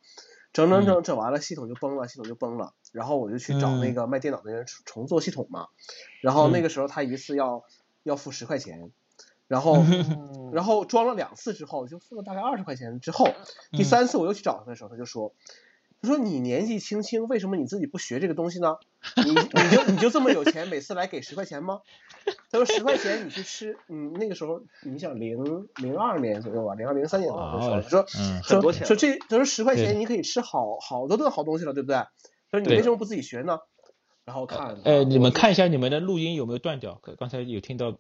Speaker 1: 整整整整完了系统就崩了，系统就崩了，然后我就去找那
Speaker 2: 嗯
Speaker 1: 个卖电脑的人重重做系统嘛，然后那个时候他一次要要付十块钱，然后
Speaker 2: (laughs)
Speaker 1: 然
Speaker 3: 后
Speaker 1: 后装了两次之后，就付了大概二十块钱之后，第
Speaker 2: 嗯
Speaker 1: 三次我又去找他的时候，他就说：“他说你年纪轻轻，为什么你自己不学这个东西呢？你你就你就这么有钱，每次来给十块钱吗？”他说：“十块钱你去吃，嗯，那个时候你想零零二年左右吧，零二零三年左右的时候，他说
Speaker 2: (laughs) 嗯，
Speaker 3: 很多
Speaker 1: 说
Speaker 3: 钱
Speaker 1: 说这他说十块
Speaker 2: 对
Speaker 1: 钱你可以吃好好多顿好东西了，对不对？他说你
Speaker 2: 对
Speaker 1: 为什么不自己学呢？”然后看了他，
Speaker 2: 呃，你
Speaker 1: 我
Speaker 2: 们
Speaker 1: 说
Speaker 2: 看一下你们的录音有没有断掉？刚刚才有听到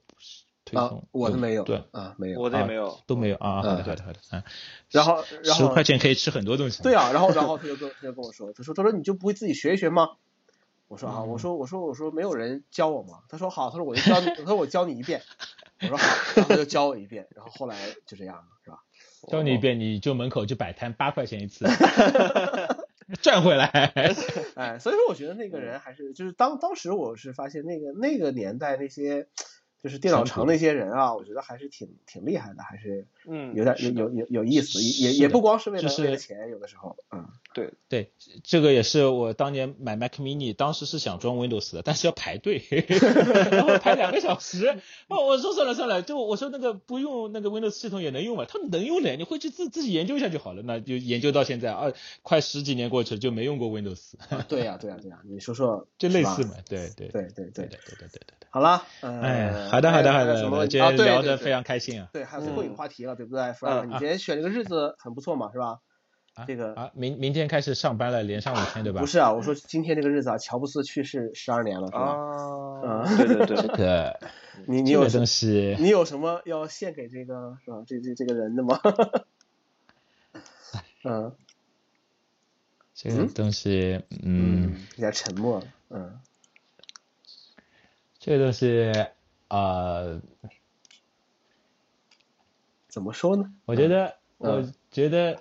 Speaker 2: 推
Speaker 1: 啊
Speaker 2: 送，，嗯
Speaker 1: 我的没有，
Speaker 2: 对，
Speaker 1: 啊没有，
Speaker 3: 我的也没有，
Speaker 2: 都没有啊，好的
Speaker 1: 嗯
Speaker 2: 好的好的，嗯，
Speaker 1: 然后然
Speaker 2: 十
Speaker 1: 后
Speaker 2: 块钱可以吃很多东西，
Speaker 1: 对啊，然后然后他就跟他就跟我说，他说他说你就不会自己学一学吗？我说啊，
Speaker 2: 嗯
Speaker 1: 我说我说我说没有人教我吗？他说好，他说我就教你，他说我教你一遍，我说好，然后他就教我一遍，然后后来就这样了，是吧？
Speaker 2: 教你一遍你就门口就摆摊八块钱一
Speaker 1: (laughs)
Speaker 2: 次，赚回来，
Speaker 1: 哎，所以说我觉得
Speaker 2: 嗯
Speaker 1: 那个人还是就是当当时我是发现那个那个年代那些就是电脑城那些人啊，我觉得还是挺挺厉害的，还是
Speaker 3: 嗯，
Speaker 1: 有点
Speaker 3: 是
Speaker 1: 有
Speaker 3: 的
Speaker 1: 有有有意思，也
Speaker 2: 是
Speaker 1: 也
Speaker 2: 的
Speaker 1: 不光是为了
Speaker 2: 就是
Speaker 1: 为了钱，有的时候，
Speaker 2: (laughs)
Speaker 1: 嗯，
Speaker 2: 对，这个也是我当年买 Mac Mini，当时是想装 Windows 的，但是要排队， (laughs) 然后排两个小时。哦，我说算了算了，就我说那个不用那个 Windows 系统也能用嘛，他们能用的，你回去自自己研究一下就好了。那就研究到现在啊，快十几年过去了就没用过 Windows， (laughs)
Speaker 1: 啊对呀对呀对呀，你说说
Speaker 2: 就是类
Speaker 1: 吧
Speaker 2: 似嘛，对对
Speaker 1: 对对对
Speaker 2: 对的对。的对的。
Speaker 1: 好了，
Speaker 2: 哎，
Speaker 1: 呃，
Speaker 2: 好的好的好
Speaker 1: 还有
Speaker 2: 的，
Speaker 1: 什么
Speaker 2: 我
Speaker 1: 问题
Speaker 2: 今
Speaker 1: 啊？
Speaker 2: 天
Speaker 1: 对
Speaker 2: 聊
Speaker 1: 对
Speaker 2: 得
Speaker 1: 对
Speaker 2: 非常开心啊。
Speaker 1: 对，还有最后一个
Speaker 3: 嗯
Speaker 1: 话题了，对不对，Frank？
Speaker 3: 嗯
Speaker 1: 你今天选这个日子很不错嘛，是吧？
Speaker 2: 啊
Speaker 1: 这个
Speaker 2: 啊，明明天开始上班了，连上五天对吧？
Speaker 1: 不是啊，我说今天这个日子啊，乔布斯去世十二年了，是吧？
Speaker 3: 啊，
Speaker 1: 嗯
Speaker 3: 对对
Speaker 2: 这
Speaker 3: 对，
Speaker 2: 个
Speaker 1: 你你
Speaker 2: 哦这
Speaker 1: 有
Speaker 2: 个
Speaker 1: 什
Speaker 2: 东西，
Speaker 1: 你有什么要献给这个是吧？这这这个人的吗？ (laughs) 嗯
Speaker 2: 这个东西，嗯
Speaker 1: 嗯，有点沉默了，嗯
Speaker 2: 这个东西，呃，
Speaker 1: 怎么说呢？
Speaker 2: 我觉得，
Speaker 1: 嗯
Speaker 2: 我觉得，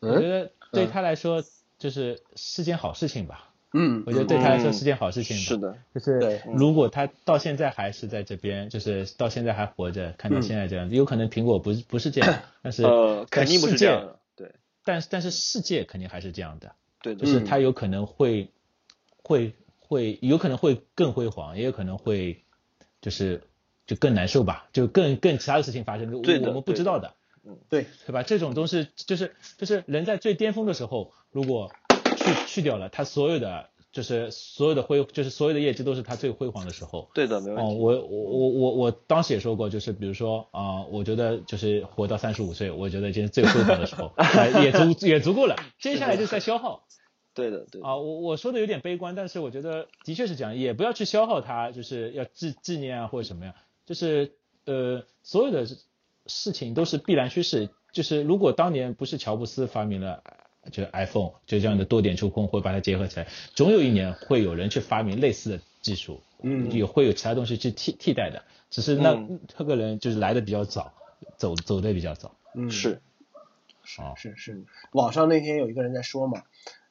Speaker 2: 我
Speaker 1: 嗯
Speaker 2: 觉
Speaker 3: 嗯
Speaker 2: 嗯得对他来说，就是是件好事情吧。
Speaker 1: 嗯，
Speaker 2: 我觉得对他来说是件好事情吧。
Speaker 3: 是的，嗯
Speaker 2: 就是
Speaker 1: 对
Speaker 2: 如果他到现在还是在这边，就是到现在还活着，看到现在这样子，有可能苹果不是不是这样，但是
Speaker 3: 嗯呃，
Speaker 2: 但
Speaker 3: 肯定不
Speaker 2: 世
Speaker 3: 是这
Speaker 2: 界
Speaker 3: 样的，对
Speaker 2: 但是但是世界肯定还是这样的，
Speaker 3: 对
Speaker 2: 就
Speaker 3: 对
Speaker 2: 是
Speaker 1: 嗯
Speaker 2: 他有可能会会会有可能会更辉煌，也有可能会就是就更难受吧，就更更其他的事情发生，我
Speaker 3: 对的
Speaker 2: 我们不
Speaker 3: 对
Speaker 2: 知
Speaker 3: 的
Speaker 2: 道的。
Speaker 1: 对，
Speaker 2: 对吧？这种都是就是就是人在最巅峰的时候，如果去去掉了他所有的就是所有的辉就是所有的业绩都是他最辉煌的时候。
Speaker 3: 对的，没问
Speaker 2: 哦，
Speaker 3: 题。
Speaker 2: 我我我我我当时也说过，就是比如说啊、我觉得就是活到三十五岁，我觉得已经是最辉煌的时
Speaker 3: (laughs)
Speaker 2: 候，啊也足也足够了。接下来就是在消耗
Speaker 3: 对的，对的，
Speaker 2: 啊、我我说的有点悲观，但是我觉得的确是这样，也不要去消耗它，就是要纪纪念啊或者什么呀，就是呃，所有的事情都是必然趋势。就是如果当年不是乔布斯发明了呃就是 iPhone，就这样的多点触控，会把它结合起来，总有一年会有人去发明类似的技术，
Speaker 1: 嗯
Speaker 2: 也会有其他东西去替替代的。只是那、
Speaker 3: 嗯
Speaker 2: 这个人就是来的比较早，走走的比较早。
Speaker 1: 嗯，
Speaker 3: 是
Speaker 2: 啊、
Speaker 1: 是是，网上那天有一个人在说嘛，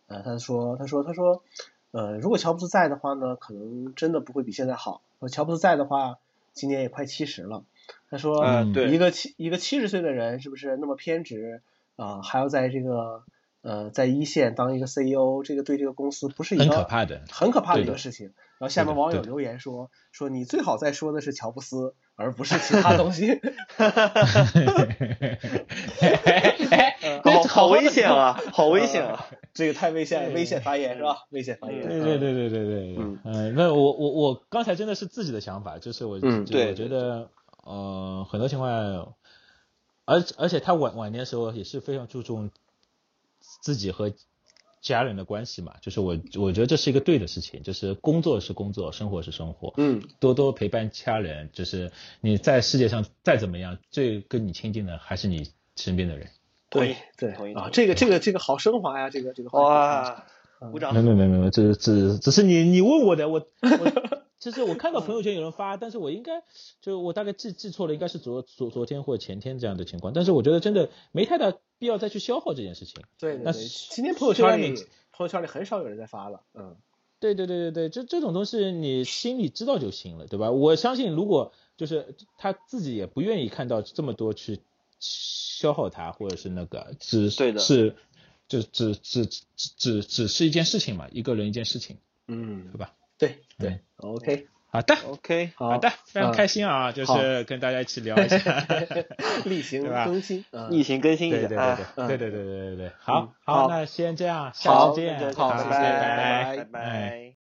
Speaker 1: 呃，他说他说他说，呃，如果乔布斯在的话呢，可能真的不会比现在好。说乔布斯在的话，今年也快七十了。他说，
Speaker 3: 啊，
Speaker 2: 嗯
Speaker 3: 对，
Speaker 1: 一个七一个七十岁的人是不是那么偏执啊、还要在这个呃在一线当一个 CEO，这个对这个公司不是一个
Speaker 2: 很可怕
Speaker 3: (laughs)
Speaker 2: 的 (laughs)
Speaker 1: 很可怕的
Speaker 2: 对
Speaker 1: 一
Speaker 2: 的
Speaker 1: 个事情。然后下
Speaker 2: 对
Speaker 1: 面
Speaker 2: 的
Speaker 1: 网友
Speaker 2: 对的
Speaker 1: 留言说说你最好再说的是乔布斯，而不是其他东西。 (laughs)
Speaker 2: (laughs)
Speaker 3: 好好危险啊，好
Speaker 2: 嗯
Speaker 3: 危险啊！
Speaker 1: 这个太危险了，危险发言是吧？危险发言。
Speaker 3: 嗯
Speaker 2: 对对对对对对，
Speaker 1: 嗯
Speaker 2: 嗯，那我我我刚才真的是自己的想法，就是我，
Speaker 1: 嗯
Speaker 2: 就是我
Speaker 3: 对
Speaker 2: 觉得，呃，很多情况下，而而且他晚晚年的时候也是非常注重自己和家人的关系嘛，就是我我觉得这是一个对的事情，就是工作是工作，生活是生活，
Speaker 1: 嗯
Speaker 2: 多多陪伴家人，就是你在世界上再怎么样，最跟你亲近的还是你身边的人。
Speaker 3: 同意
Speaker 1: 对对
Speaker 3: 同意
Speaker 1: 啊，这个这个这个好升华呀，这个这个话题
Speaker 3: 哇，鼓掌 (laughs)
Speaker 2: 没！没没没没，这只只是你你问我的，我我其实我看到朋友圈有人发，但是我应该就我大概记记错了，应该是昨昨昨天或前天这样的情况，但是我觉得真的没太大必要再去消耗这件事情。
Speaker 1: 对对
Speaker 2: 那
Speaker 1: 对，今天朋友
Speaker 2: 虽然
Speaker 1: 圈里
Speaker 2: 你
Speaker 1: 朋友圈里很少有人在发了，嗯
Speaker 2: 对对对对对，这这种东西你心里知道就行了，对吧？我相信，如果就是他自己也不愿意看到这么多去消耗他，或者是那个，只
Speaker 3: 对的
Speaker 2: 是就只只只只只是一件事情嘛，一个人一件事情，
Speaker 1: 嗯
Speaker 2: 对，吧？
Speaker 1: 对
Speaker 2: 嗯
Speaker 1: 对，OK，
Speaker 2: 好的，
Speaker 3: OK，
Speaker 2: 好
Speaker 1: 好
Speaker 2: 的，非常
Speaker 1: 嗯
Speaker 2: 开心啊，就
Speaker 1: 好
Speaker 2: 是跟大家一起聊一下。
Speaker 1: (laughs) 例行
Speaker 2: 对吧
Speaker 1: 更新，嗯
Speaker 3: 疫情更新
Speaker 2: 对
Speaker 3: 一下
Speaker 2: 对对
Speaker 3: 啊
Speaker 2: 对对对对对对对，好
Speaker 1: 嗯
Speaker 2: 好，
Speaker 1: 好
Speaker 2: 那先这样，下
Speaker 1: 好
Speaker 2: 次见，
Speaker 3: 好，
Speaker 1: 好
Speaker 2: 谢
Speaker 3: 拜
Speaker 2: 谢
Speaker 1: 拜
Speaker 2: 拜哎
Speaker 3: 拜
Speaker 2: 拜。
Speaker 3: 拜。